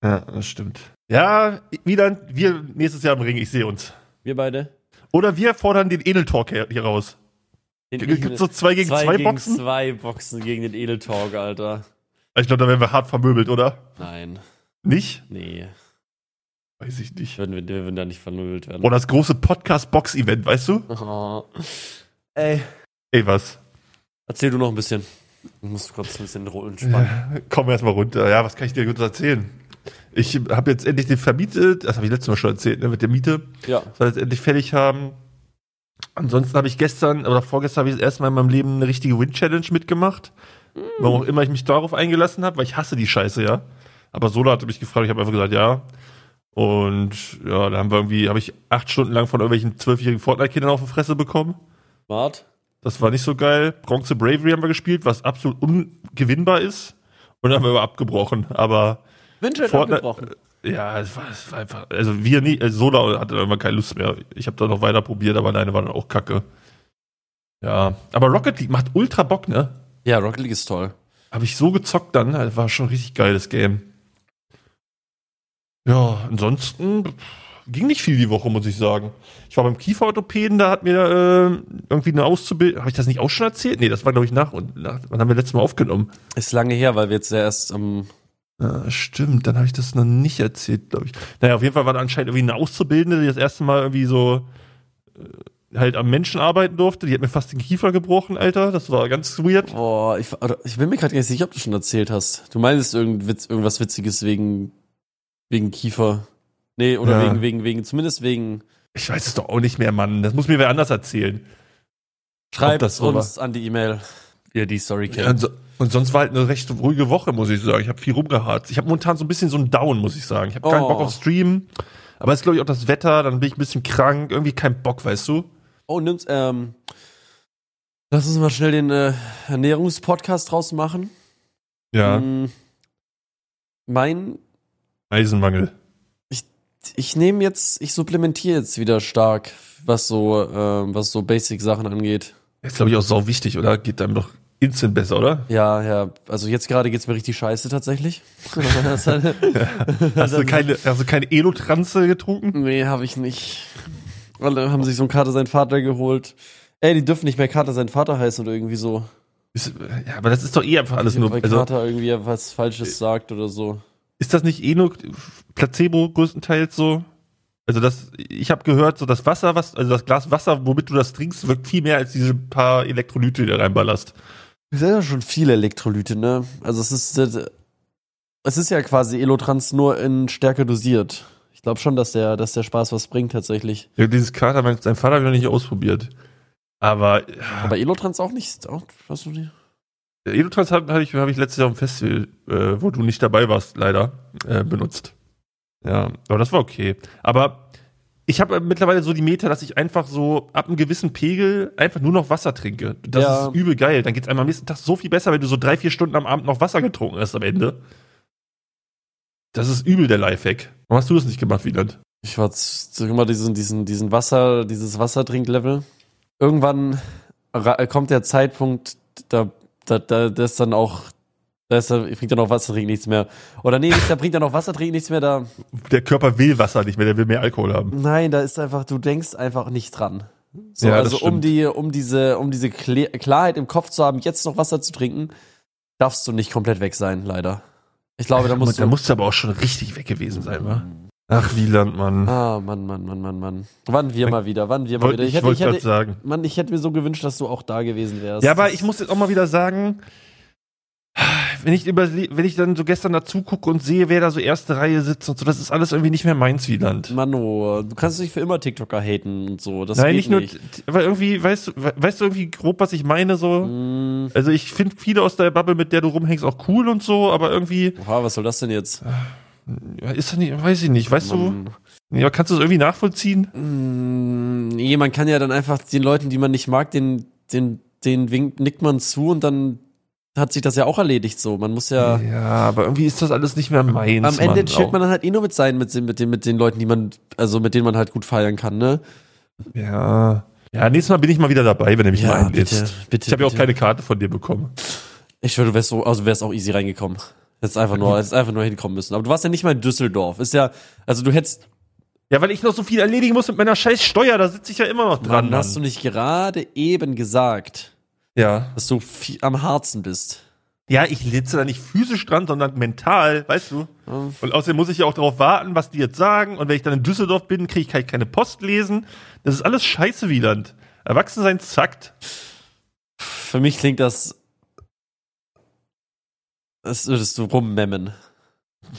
S2: Ja, das stimmt. Ja, wieder, wir nächstes Jahr im Ring, ich sehe uns.
S1: Wir beide? Gibt's
S2: Oder wir fordern den Edeltalk her- hier raus. Gibt so zwei gegen zwei, Boxen?
S1: zwei Boxen gegen den Edeltalk, Alter.
S2: Ich glaube, da werden wir hart vermöbelt, oder?
S1: Nein,
S2: Nicht?
S1: nee,
S2: Weiß ich nicht.
S1: würden wir, wir würden da nicht vernöbelt werden.
S2: Boah, das große Podcast-Box-Event, weißt du?
S1: Oh. Ey.
S2: Ey, was?
S1: Erzähl du noch ein bisschen. Du musst kurz ein bisschen ro- entspannen.
S2: Ja, komm erst mal runter. Ja, was kann ich dir gut erzählen? Ich habe jetzt endlich den vermietet, das habe ich letztes Mal schon erzählt, ne, mit der Miete.
S1: Ja.
S2: Soll jetzt endlich fertig haben. Ansonsten habe ich gestern oder vorgestern habe ich das erste Mal in meinem Leben eine richtige Win-Challenge mitgemacht. Warum auch immer ich mich darauf eingelassen habe, weil ich hasse die Scheiße, ja. Aber Sola hatte mich gefragt, ich habe einfach gesagt, ja. Und ja, da haben wir irgendwie, habe ich acht Stunden lang von irgendwelchen zwölfjährigen Fortnite-Kindern auf die Fresse bekommen.
S1: Smart.
S2: Das war nicht so geil. Bronze Bravery haben wir gespielt, was absolut ungewinnbar ist. Und dann haben wir aber abgebrochen. Aber
S1: Windschutz
S2: Fortnite- ja, es war, es war einfach. Also wir nie, also Soda hatte dann immer keine Lust mehr. Ich habe da noch weiter probiert, aber alleine war dann auch Kacke. Ja, aber Rocket League macht ultra Bock, ne?
S1: Ja, Rocket League ist toll.
S2: Habe ich so gezockt dann, das war schon ein richtig geiles Game. Ja, ansonsten pff, ging nicht viel die Woche, muss ich sagen. Ich war beim Kieferorthopäden, da hat mir äh, irgendwie eine Auszubildende, habe ich das nicht auch schon erzählt? Nee, das war glaube ich nach und nach, wann haben wir letztes Mal aufgenommen?
S1: Ist lange her, weil wir jetzt ja erst ähm, am.
S2: Ah, stimmt, dann habe ich das noch nicht erzählt, glaube ich. Naja, auf jeden Fall war da anscheinend irgendwie eine Auszubildende, die das erste Mal irgendwie so äh, halt am Menschen arbeiten durfte. Die hat mir fast den Kiefer gebrochen, Alter. Das war ganz weird.
S1: Boah, ich, oder- ich bin mir gerade nicht sicher, ob du schon erzählt hast. Du meinst irgend, Witz, irgendwas Witziges wegen, wegen Kiefer. Nee, oder
S2: Ja.
S1: wegen, wegen, wegen, zumindest wegen.
S2: Ich weiß es doch auch nicht mehr, Mann. Das muss mir wer anders erzählen.
S1: Schreib
S2: das
S1: es
S2: so war.
S1: uns an die E-Mail. Ja, die Story
S2: Und, so- und sonst war halt eine recht ruhige Woche, muss ich sagen. Ich habe viel rumgeharzt. Ich habe momentan so ein bisschen so einen Down, muss ich sagen. Ich habe keinen
S1: Oh.
S2: Bock auf Streamen. Aber es ist, glaube ich, auch das Wetter. Dann bin ich ein bisschen krank. Irgendwie kein Bock, weißt du?
S1: Oh, nimm's, ähm. Lass uns mal schnell den äh, Ernährungspodcast draus machen.
S2: Mhm.
S1: Mm, Mein
S2: Eisenmangel.
S1: ich nehme jetzt, ich supplementiere jetzt wieder stark, was so, ähm, was so Basic-Sachen angeht.
S2: Ist, glaube ich, auch sau wichtig, oder? Geht einem doch instant besser, oder?
S1: Ja, ja, also jetzt gerade geht's mir richtig scheiße tatsächlich. Das hat-
S2: Hast du keine, hast du keine Elotranze getrunken?
S1: nee, habe ich nicht. Alle haben sich so ein Kater sein Vater geholt. Ey, die dürfen nicht mehr Kater sein Vater heißen oder irgendwie so.
S2: Ist, ja, aber das ist doch eh einfach alles nur.
S1: Weil
S2: Also, Äh,
S1: Kater irgendwie was Falsches sagt oder so.
S2: ist das nicht eh nur Placebo größtenteils so? Also das, ich habe gehört, so das Wasser, was, also das Glas Wasser, womit du das trinkst, wirkt viel mehr als diese paar Elektrolyte, die du reinballerst.
S1: Es sind ja schon viele Elektrolyte, ne? Also es ist, das- es ist ja quasi Elotrans nur in Stärke dosiert. Ich glaube schon, dass der, dass der Spaß was bringt tatsächlich.
S2: Ja, dieses Kater, mein, sein Vater hat noch nicht ausprobiert. Aber ja,
S1: Aber Elotrans auch nicht. Auch, hast du die?
S2: Elotrans habe Äh, hab ich, hab ich letztes Jahr im Festival, äh, wo du nicht dabei warst, leider, äh, benutzt. Ja, aber das war okay. Aber ich habe mittlerweile so die Meta, dass ich einfach so ab einem gewissen Pegel einfach nur noch Wasser trinke. Das
S1: Ja.
S2: ist übel geil. Dann geht's einem am nächsten Tag so viel besser, wenn du so drei, vier Stunden am Abend noch Wasser getrunken hast am Ende. Das ist übel der Lifehack. Warum hast du das nicht gemacht, Wieland?
S1: Ich war z- sag immer diesen, diesen, diesen Wasser, dieses Wassertrinklevel. Irgendwann ra- kommt der Zeitpunkt, da, da, da, da ist dann auch, da ist dann, bringt dann auch Wassertrinken nichts mehr. Oder nee, nicht, da bringt dann auch Wassertrinken nichts mehr. Da,
S2: Der Körper will Wasser nicht mehr, der will mehr Alkohol haben.
S1: nein, da ist einfach, du denkst einfach nicht dran. So,
S2: Ja, das
S1: also um
S2: stimmt.
S1: die, um diese, um diese Kle- Klarheit im Kopf zu haben, jetzt noch Wasser zu trinken, darfst du nicht komplett weg sein, leider. Ich glaube, da musst
S2: da
S1: du
S2: musst du aber auch schon richtig weg gewesen sein, wa? Ach, Wieland, Mann.
S1: Ah, Mann, Mann, Mann, Mann, Mann. Wann wir mal wieder, wann wir mal
S2: Wollt-
S1: wieder. Ich
S2: ich
S1: hätte, ich
S2: wollte gerade
S1: hätte,
S2: sagen.
S1: Mann, ich hätte mir so gewünscht, dass du auch da gewesen wärst.
S2: Ja, aber
S1: Das-
S2: ich muss jetzt auch mal wieder sagen, wenn ich über, wenn ich dann so gestern dazu gucke und sehe, wer da so erste Reihe sitzt und so, das ist alles irgendwie nicht mehr meins Wieland.
S1: Mano, oh, du kannst nicht für immer TikToker haten und so. Das
S2: Nein,
S1: geht
S2: nicht nur,
S1: nicht.
S2: aber irgendwie, weißt du, weißt du irgendwie grob, was ich meine, so?
S1: Hm,
S2: Also ich finde viele aus der Bubble, mit der du rumhängst, auch cool und so, aber irgendwie
S1: oha, was soll das denn jetzt?
S2: ja, ist das nicht, weiß ich nicht, weißt
S1: Man,
S2: du? Ja, kannst du es irgendwie nachvollziehen?
S1: Hm, nee, man kann ja dann einfach den Leuten, die man nicht mag, den, den, den winkt, nickt man zu und dann hat sich das ja auch erledigt so. Man muss ja.
S2: aber irgendwie ist das alles nicht mehr meins.
S1: Am Ende
S2: Mann,
S1: chillt
S2: auch.
S1: man dann halt eh nur mit seinen, mit, den- mit, den, mit den Leuten, die man, also mit denen man halt gut feiern kann, ne?
S2: Ja. Ja, nächstes Mal bin ich mal wieder dabei, wenn du mich mal einlädst.
S1: bitte, bitte.
S2: Ich habe ja auch
S1: bitte.
S2: keine Karte von dir bekommen.
S1: Ich schwöre, du wärst so, also wärst auch easy reingekommen. Hättest einfach nur, hättest einfach nur hinkommen müssen. Aber du warst ja nicht mal in Düsseldorf. Ist ja, also du hättest,
S2: Ja, weil ich noch so viel erledigen muss mit meiner scheiß Steuer, da sitze ich ja immer noch dran.
S1: Mann, hast du nicht gerade eben gesagt,
S2: ja.
S1: dass du viel am Harzen bist?
S2: ja, ich sitze da nicht physisch dran, sondern mental, weißt du?
S1: Ähm,
S2: Und außerdem muss ich ja auch darauf warten, was die jetzt sagen. Und wenn ich dann in Düsseldorf bin, kriege ich kann ich keine Post lesen. Das ist alles scheiße, Wieland. Erwachsensein zackt.
S1: Für mich klingt das, das würdest du rummemmen.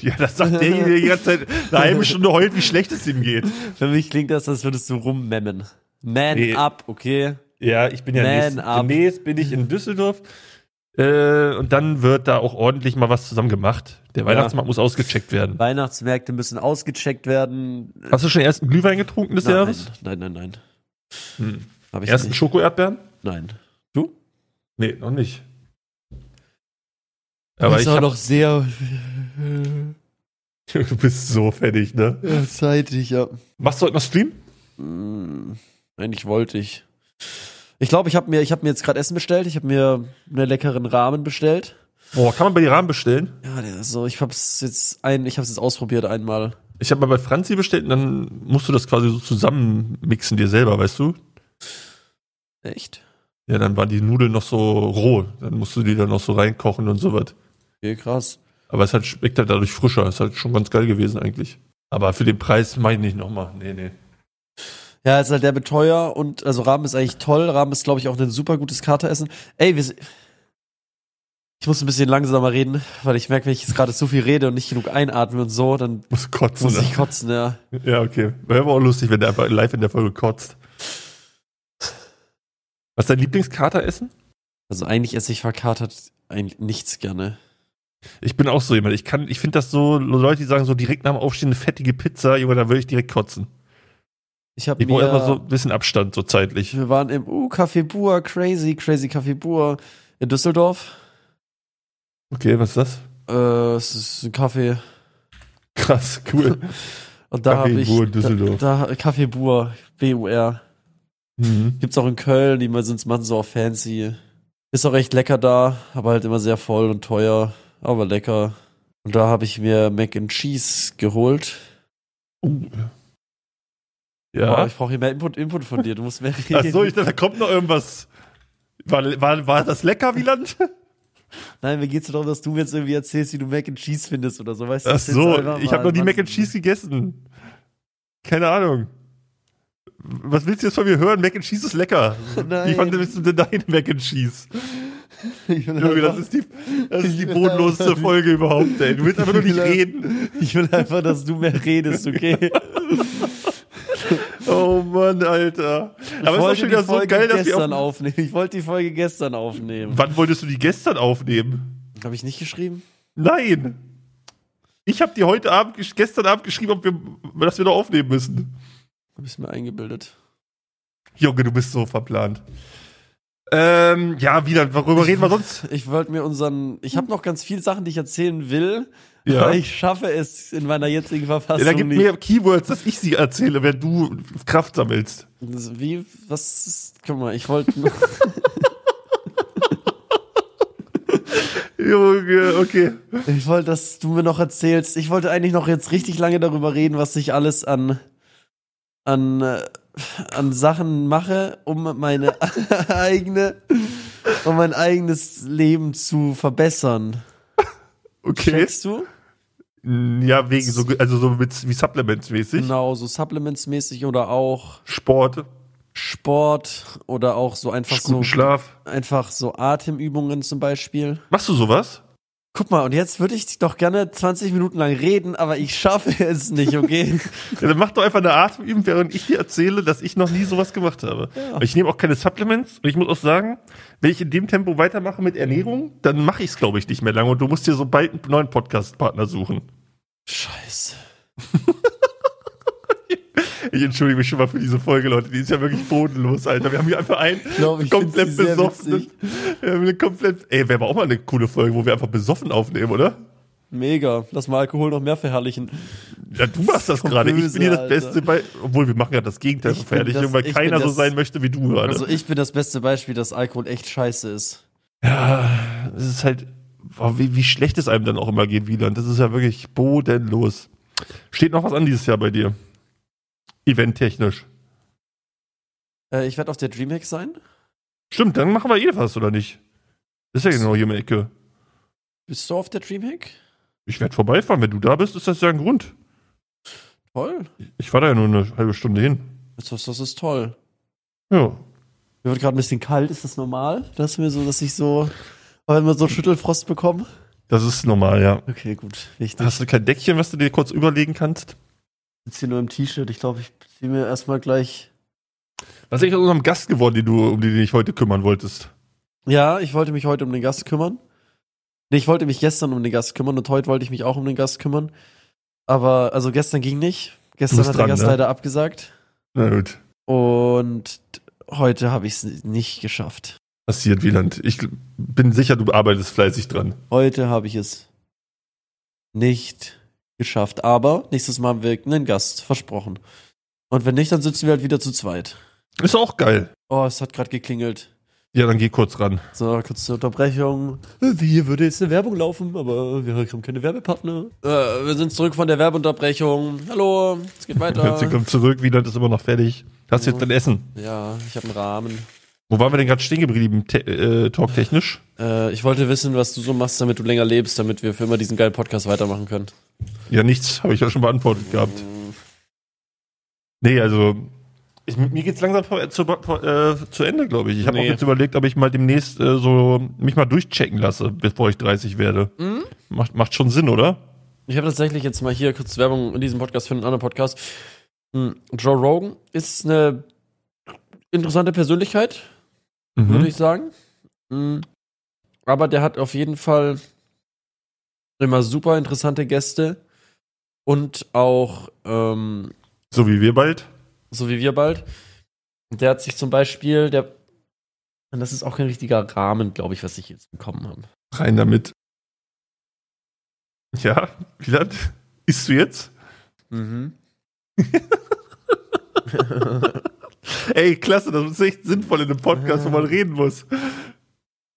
S2: Ja, das sagt derjenige, der die ganze Zeit eine halbe Stunde heult, wie schlecht es ihm geht.
S1: Für mich klingt das, als würdest du rummemmen. Man
S2: Nee.
S1: up, okay?
S2: Ja, ich bin ja
S1: Man
S2: nächst,
S1: up.
S2: demnächst bin ich in Düsseldorf. Äh, und dann wird da auch ordentlich mal was zusammen gemacht. Der Weihnachtsmarkt muss ausgecheckt werden.
S1: Weihnachtsmärkte müssen ausgecheckt werden.
S2: Hast du schon den ersten Glühwein getrunken des Jahres?
S1: Nein, nein, nein.
S2: Hm.
S1: Hab ich
S2: Ersten
S1: nicht.
S2: Schokoerdbeeren?
S1: Nein.
S2: Nee, noch nicht. Aber ich hab,
S1: noch sehr
S2: du bist so fertig, ne?
S1: äh, zeitig, ja.
S2: Machst du heute noch Stream?
S1: Mm, Eigentlich wollte ich. Ich glaube, ich habe mir, ich hab mir jetzt gerade Essen bestellt. Ich habe mir einen leckeren Rahmen bestellt.
S2: Boah, kann man bei dir Rahmen bestellen?
S1: Ja, der ist so, ich habe es jetzt ein, ich habe es jetzt ausprobiert einmal.
S2: Ich habe mal bei Franzi bestellt und dann musst du das quasi so zusammenmixen dir selber, weißt du?
S1: Echt?
S2: Ja, dann waren die Nudeln noch so roh. Dann musst du die dann noch so reinkochen und sowas.
S1: Okay, krass.
S2: Aber es halt, schmeckt halt dadurch frischer. Ist halt schon ganz geil gewesen eigentlich. Aber für den Preis meine ich nicht nochmal. Nee, nee.
S1: Ja, ist halt der beteuer und also Rahmen ist eigentlich toll. Rahmen ist, glaube ich, auch ein super gutes Kateressen. Ey, wir. s- Ich muss ein bisschen langsamer reden, weil ich merke, wenn ich jetzt gerade zu viel rede und nicht genug einatme und so, dann
S2: Muss kotzen.
S1: muss
S2: ne?
S1: ich kotzen, ja.
S2: Ja, okay. Wäre aber auch lustig, wenn der einfach live in der Folge kotzt. Was ist dein Lieblingskater essen?
S1: Also eigentlich esse ich verkatert eigentlich nichts gerne.
S2: Ich bin auch so jemand. Ich kann, ich finde das so, Leute, die sagen so direkt nach dem Aufstehen eine fettige Pizza, Junge, da würde ich direkt kotzen.
S1: Ich habe
S2: Ich brauche erstmal so
S1: mir,
S2: ein bisschen Abstand, so zeitlich.
S1: wir waren im uh, Café Bua, crazy, crazy Café Bua in Düsseldorf.
S2: Okay, was ist das?
S1: Äh, es ist ein Café
S2: Krass, cool.
S1: und da
S2: Café
S1: habe ich
S2: Bua in Düsseldorf.
S1: Da, da Café Bua, B U R.
S2: mhm.
S1: Gibt's auch in Köln, die sind man so auch fancy. Ist auch echt lecker da, aber halt immer sehr voll und teuer, aber lecker. Und da habe ich mir Mac and Cheese geholt.
S2: Uh.
S1: Boah,
S2: Ja.
S1: ich brauche hier mehr Input, Input von dir, du musst mehr reden.
S2: Ach so, ich dachte, da kommt noch irgendwas. War, war, war das lecker, Wieland?
S1: Nein, mir geht's darum, dass du mir jetzt irgendwie erzählst, wie du Mac and Cheese findest oder so, weißt du?
S2: Ach
S1: erzähl's
S2: so,
S1: einfach
S2: ich
S1: mal,
S2: habe noch nie
S1: Mann.
S2: Mac and Cheese gegessen. Keine Ahnung. Was willst du jetzt von mir hören? Mac and Cheese ist lecker.
S1: Nein.
S2: Wie fandest du denn deine Mac and Cheese?
S1: Ich will,
S2: Junge, das
S1: einfach-
S2: ist die, das ist die bodenloseste Folge überhaupt, ey. Du willst einfach nur nicht reden.
S1: ich will einfach, dass du mehr redest, okay?
S2: Oh Mann, Alter. Aber es ist auch schon wieder so geil, dass wir
S1: gestern
S2: auf,
S1: aufnehmen. Ich wollte die Folge gestern aufnehmen.
S2: Wann wolltest du die gestern aufnehmen?
S1: Habe ich nicht geschrieben?
S2: Nein. Ich habe dir heute Abend, gesch- gestern Abend geschrieben, ob wir, dass wir noch aufnehmen müssen.
S1: Habe ich mir eingebildet.
S2: Junge, du bist so verplant. Ähm, ja, wieder, worüber reden wir sonst?
S1: Ich wollte mir unseren. Ich habe noch ganz viele Sachen, die ich erzählen will,
S2: Ja.
S1: aber ich schaffe es in meiner jetzigen
S2: Ja,
S1: Verfassung
S2: da gibt
S1: nicht.
S2: mir Keywords, dass ich sie erzähle, wenn du Kraft sammelst.
S1: Das- Wie? Was? ist- Guck mal, ich wollte.
S2: Junge, okay.
S1: Ich wollte, dass du mir noch erzählst. Ich wollte eigentlich noch jetzt richtig lange darüber reden, was ich alles an an äh, an Sachen mache, um meine eigene um mein eigenes Leben zu verbessern.
S2: Okay.
S1: Checkst du?
S2: Ja, wegen so, also so mit, wie Supplements mäßig.
S1: Genau, so supplementsmäßig oder auch
S2: Sport,
S1: Sport oder auch so einfach
S2: guten
S1: so
S2: Schlaf.
S1: einfach so Atemübungen zum Beispiel.
S2: Machst du sowas?
S1: Guck mal, und jetzt würde ich doch gerne 20 Minuten lang reden, aber ich schaffe es nicht, okay?
S2: Ja, dann mach doch einfach eine Atemübung, während ich dir erzähle, dass ich noch nie sowas gemacht habe.
S1: Ja.
S2: Aber Ich nehme auch keine Supplements und ich muss auch sagen, wenn ich in dem Tempo weitermache mit Ernährung, dann mache ich es, glaube ich, nicht mehr lange und du musst dir so bald einen neuen Podcast-Partner suchen.
S1: Scheiße.
S2: Ich entschuldige mich schon mal für diese Folge, Leute. Die ist ja wirklich bodenlos, Alter. Wir haben hier einfach einen
S1: glaub, ich
S2: komplett
S1: find's sehr
S2: besoffenen.
S1: witzig.
S2: Wir haben eine komplett. Ey, wäre aber auch mal eine coole Folge, wo wir einfach besoffen aufnehmen, oder?
S1: Mega. Lass mal Alkohol noch mehr verherrlichen.
S2: Ja, du machst das gerade. Ich
S1: böse,
S2: bin hier das
S1: Alter.
S2: Beste bei. Obwohl, wir machen gerade das Gegenteil
S1: Ich
S2: von
S1: bin
S2: Verherrlichung,
S1: das-
S2: weil
S1: ich
S2: keiner
S1: bin
S2: so
S1: das-
S2: sein möchte wie du gerade.
S1: Also ich bin das beste Beispiel, dass Alkohol echt scheiße ist.
S2: Ja, es ist halt, boah, wie, wie schlecht es einem dann auch immer geht, Wieland. Das ist ja wirklich bodenlos. Steht noch was an dieses Jahr bei dir? Eventtechnisch.
S1: Äh, ich werde auf der Dreamhack sein.
S2: Stimmt, dann machen wir eh was, oder nicht? Ist ja genau hier um die Ecke.
S1: Bist du auf der Dreamhack?
S2: Ich werde vorbeifahren. Wenn du da bist, ist das ja ein Grund.
S1: Toll.
S2: Ich fahre da ja nur eine halbe Stunde hin.
S1: Das, das, das ist toll.
S2: Ja.
S1: Mir wird gerade ein bisschen kalt. Ist das normal, dass mir so, dass ich so, wenn wir so Schüttelfrost bekommen?
S2: Das ist normal, ja.
S1: Okay, gut. Wichtig.
S2: Hast du kein Deckchen, was du dir kurz überlegen kannst?
S1: Ich sitze hier nur im T-Shirt. Ich glaube, ich ziehe mir erstmal gleich.
S2: Was ist eigentlich aus unserem Gast geworden, den du, um den du dich heute kümmern wolltest?
S1: Ja, ich wollte mich heute um den Gast kümmern. Nee, ich wollte mich gestern um den Gast kümmern und heute wollte ich mich auch um den Gast kümmern. Aber, also gestern ging nicht. Gestern
S2: bist
S1: hat
S2: dran,
S1: der Gast
S2: ne?
S1: leider abgesagt.
S2: Na gut.
S1: Und heute habe ich es nicht geschafft.
S2: Passiert, Wieland. Ich gl- bin sicher, du arbeitest fleißig dran.
S1: Heute habe ich es nicht geschafft. Aber nächstes Mal haben wir einen Gast, versprochen. Und wenn nicht, dann sitzen wir halt wieder zu zweit.
S2: Ist auch geil.
S1: Oh, es hat gerade geklingelt.
S2: Ja, dann geh kurz ran.
S1: So, kurze Unterbrechung. Wie würde jetzt eine Werbung laufen? Aber wir haben keine Werbepartner. Äh, wir sind zurück von der Werbeunterbrechung. Hallo, es geht
S2: Plötzlich
S1: weiter.
S2: kommt zurück, Wieland ist immer noch fertig. Hast du jetzt dein Essen?
S1: Ja, ich habe einen Rahmen.
S2: Wo waren wir denn gerade stehen geblieben, te äh, talktechnisch?
S1: Äh, ich wollte wissen, was du so machst, damit du länger lebst, damit wir für immer diesen geilen Podcast weitermachen können.
S2: Ja, nichts, habe ich ja schon beantwortet gehabt. Nee, also ich, mir geht's langsam vor, zu, vor, äh, zu Ende, glaube ich. Ich habe
S1: Nee.
S2: auch jetzt überlegt, ob ich mal demnächst äh, so mich mal durchchecken lasse, bevor ich 30 werde. Macht, macht schon Sinn, oder?
S1: Ich habe tatsächlich jetzt mal hier kurz Werbung in diesem Podcast für einen anderen Podcast. Hm, Joe Rogan ist eine interessante Persönlichkeit,
S2: Mhm.
S1: würde ich sagen. Hm, Aber der hat auf jeden Fall immer super interessante Gäste und auch ähm,
S2: So wie wir bald.
S1: so wie wir bald. Der hat sich zum Beispiel, der, und das ist auch kein richtiger Rahmen, glaube ich, was ich jetzt bekommen habe.
S2: Rein damit. Ja, Wieland, isst du jetzt?
S1: Mhm.
S2: Ey, klasse, das ist echt sinnvoll in einem Podcast, wo man reden muss.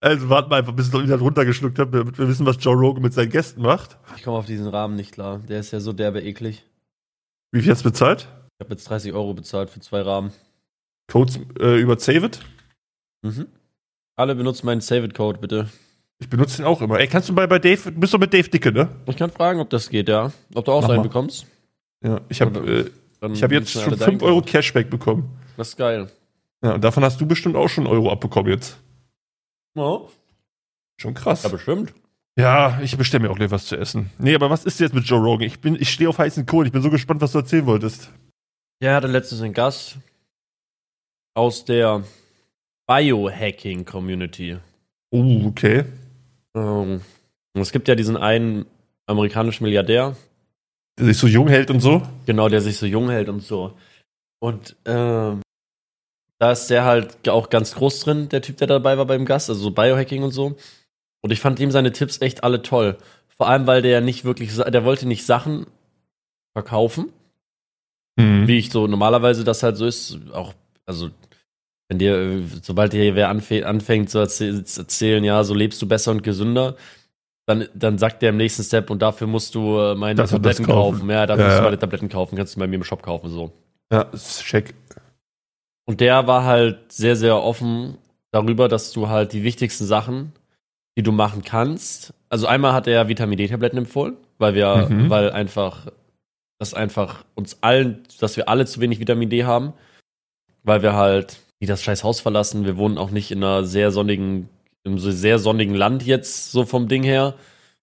S2: Also warten wir einfach, bis ich noch wieder runtergeschluckt habe, damit wir wissen, was Joe Rogan mit seinen Gästen macht.
S1: Ich komme auf diesen Rahmen nicht klar. Der ist ja so derbe eklig.
S2: Wie viel hast du bezahlt?
S1: Ich habe jetzt 30 Euro bezahlt für zwei Rahmen.
S2: Codes äh, über Saveit?
S1: Mhm. Alle benutzen meinen Save-It-Code, bitte.
S2: Ich benutze den auch immer. Ey, kannst du bei, bei Dave, bist du mit Dave Dicke, ne?
S1: Ich kann fragen, ob das geht, ja. Ob du auch
S2: Mach
S1: einen
S2: mal.
S1: bekommst.
S2: Ja. Ich habe äh,
S1: Dann
S2: ich hab jetzt
S1: müssen
S2: schon
S1: alle
S2: 5
S1: deinen
S2: Euro
S1: kaufen.
S2: Cashback bekommen.
S1: Das ist geil.
S2: Ja, und davon hast du bestimmt auch schon einen Euro abbekommen jetzt.
S1: Oh.
S2: Schon krass.
S1: Ja, bestimmt.
S2: Ja, ich bestelle mir auch gleich was zu essen. Nee, aber was ist jetzt mit Joe Rogan? Ich, bin, ich stehe auf heißen Kohlen. Ich bin so gespannt, was du erzählen wolltest.
S1: Ja, er hatte letztens einen Gast aus der Biohacking-Community.
S2: Oh, okay.
S1: Ähm, es gibt ja diesen einen amerikanischen Milliardär,
S2: Der sich so jung hält und so.
S1: Genau, der sich so jung hält und so. Und ähm, da ist der halt auch ganz groß drin, der Typ, der dabei war beim Gast, also so Biohacking und so. Und ich fand ihm seine Tipps echt alle toll. Vor allem, weil der ja nicht wirklich, sa- der wollte nicht Sachen verkaufen,
S2: Hm.
S1: wie ich so normalerweise das halt so ist, auch, also wenn dir, äh, sobald dir wer anfängt, anfängt zu erzäh- zu erzählen, ja, so lebst du besser und gesünder, dann, dann sagt der im nächsten Step und dafür musst du äh, meine
S2: Das und das
S1: Tabletten
S2: kaufen.
S1: kaufen. Ja, dafür
S2: Ja,
S1: musst du
S2: ja.
S1: meine Tabletten kaufen, kannst du bei mir im Shop kaufen, so.
S2: Ja, ist check.
S1: Und der war halt sehr, sehr offen darüber, dass du halt die wichtigsten Sachen, die du machen kannst. Also einmal hat er Vitamin D-Tabletten empfohlen, weil wir,
S2: Mhm.
S1: weil einfach, dass einfach uns allen, dass wir alle zu wenig Vitamin D haben, weil wir halt nie das scheiß Haus verlassen. Wir wohnen auch nicht in einer sehr sonnigen, im so sehr sonnigen Land jetzt, so vom Ding her.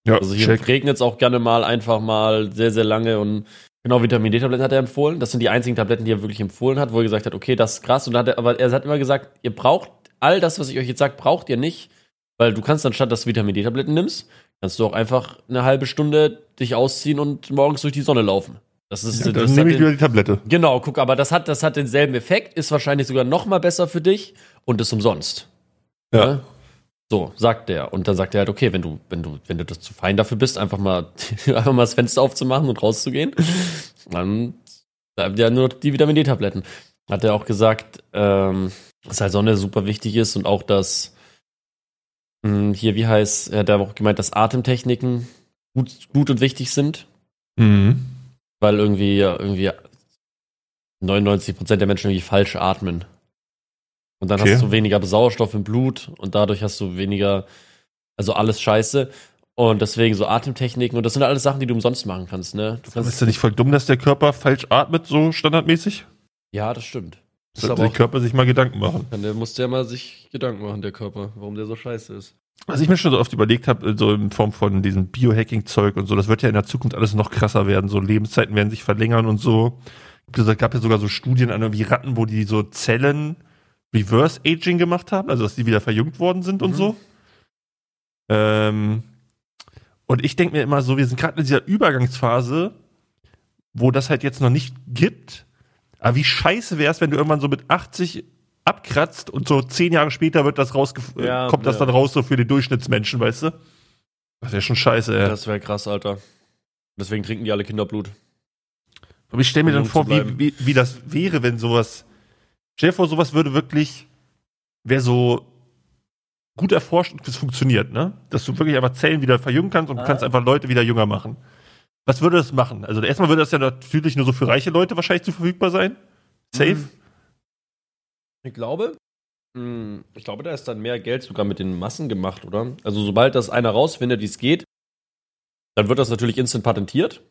S2: Ja,
S1: Also hier regnet es auch gerne mal einfach mal sehr, sehr lange und genau Vitamin D-Tabletten hat er empfohlen. Das sind die einzigen Tabletten, die er wirklich empfohlen hat, wo er gesagt hat, okay, das ist krass. Und dann hat er, aber er hat immer gesagt, ihr braucht all das, was ich euch jetzt sage, braucht ihr nicht, weil du kannst anstatt, dass du Vitamin D-Tabletten nimmst, kannst du auch einfach eine halbe Stunde dich ausziehen und morgens durch die Sonne laufen. Das ist
S2: Ja,
S1: das
S2: dann
S1: hat
S2: nehme ich
S1: den-
S2: wieder die Tablette.
S1: Genau, guck, aber das hat, das hat denselben Effekt, ist wahrscheinlich sogar noch mal besser für dich und ist umsonst.
S2: Ja.
S1: Ne? So, sagt der. Und dann sagt er halt, okay, wenn du, wenn du, wenn du das zu fein dafür bist, einfach mal, einfach mal das Fenster aufzumachen und rauszugehen, dann bleiben ja nur noch die Vitamin D-Tabletten. Hat er auch gesagt, ähm, dass halt Sonne super wichtig ist und auch, dass mh, hier, wie heißt, er hat auch gemeint, dass Atemtechniken gut, gut und wichtig sind
S2: Mhm.
S1: weil irgendwie, irgendwie 99% der Menschen irgendwie falsch atmen. Und dann
S2: Okay.
S1: hast du weniger Sauerstoff im Blut und dadurch hast du weniger, also alles scheiße. Und deswegen so Atemtechniken und das sind alles Sachen, die du umsonst machen kannst, ne? Du
S2: Aber
S1: kannst,
S2: ist ja nicht voll dumm, dass der Körper falsch atmet, so standardmäßig?
S1: ja, das stimmt. Das ist aber
S2: Sollte der
S1: auch,
S2: Körper sich mal Gedanken machen.
S1: dann musste ja mal sich Gedanken machen, der Körper, warum der so scheiße ist.
S2: Was ich mir schon so oft überlegt habe, so in Form von diesem Biohacking-Zeug und so, das wird ja in der Zukunft alles noch krasser werden. So Lebenszeiten werden sich verlängern und so. Es gab ja sogar so Studien an irgendwie Ratten, wo die so Zellen Reverse Aging gemacht haben, also dass die wieder verjüngt worden sind und
S1: Mhm.
S2: so. Ähm, und ich denke mir immer so, wir sind gerade in dieser Übergangsphase, wo das halt jetzt noch nicht gibt. Aber wie scheiße wäre es, wenn du irgendwann so mit 80 abkratzt und so zehn Jahre später wird das rausge äh,
S1: Ja,
S2: kommt das
S1: ja.
S2: dann raus so für den Durchschnittsmenschen, weißt du? Das wäre schon scheiße, ey.
S1: Das wäre krass, Alter. Deswegen trinken die alle Kinderblut.
S2: Aber ich stelle mir
S1: um
S2: dann
S1: jung
S2: vor,
S1: zu
S2: wie,
S1: bleiben.
S2: wie, wie das wäre, wenn sowas. Stell dir vor, sowas würde wirklich. Wäre so gut erforscht und es funktioniert, ne? Dass du wirklich einfach Zellen wieder verjüngen kannst und
S1: Ah.
S2: kannst einfach Leute wieder jünger machen. Was würde das machen? Also, erstmal würde das ja natürlich nur so für reiche Leute wahrscheinlich zu verfügbar sein. Safe.
S1: Mhm. Ich glaube, mh, Mhm. ich glaube, da ist dann mehr Geld sogar mit den Massen gemacht, oder? Also sobald das einer rausfindet, wie es geht, dann wird das natürlich instant patentiert.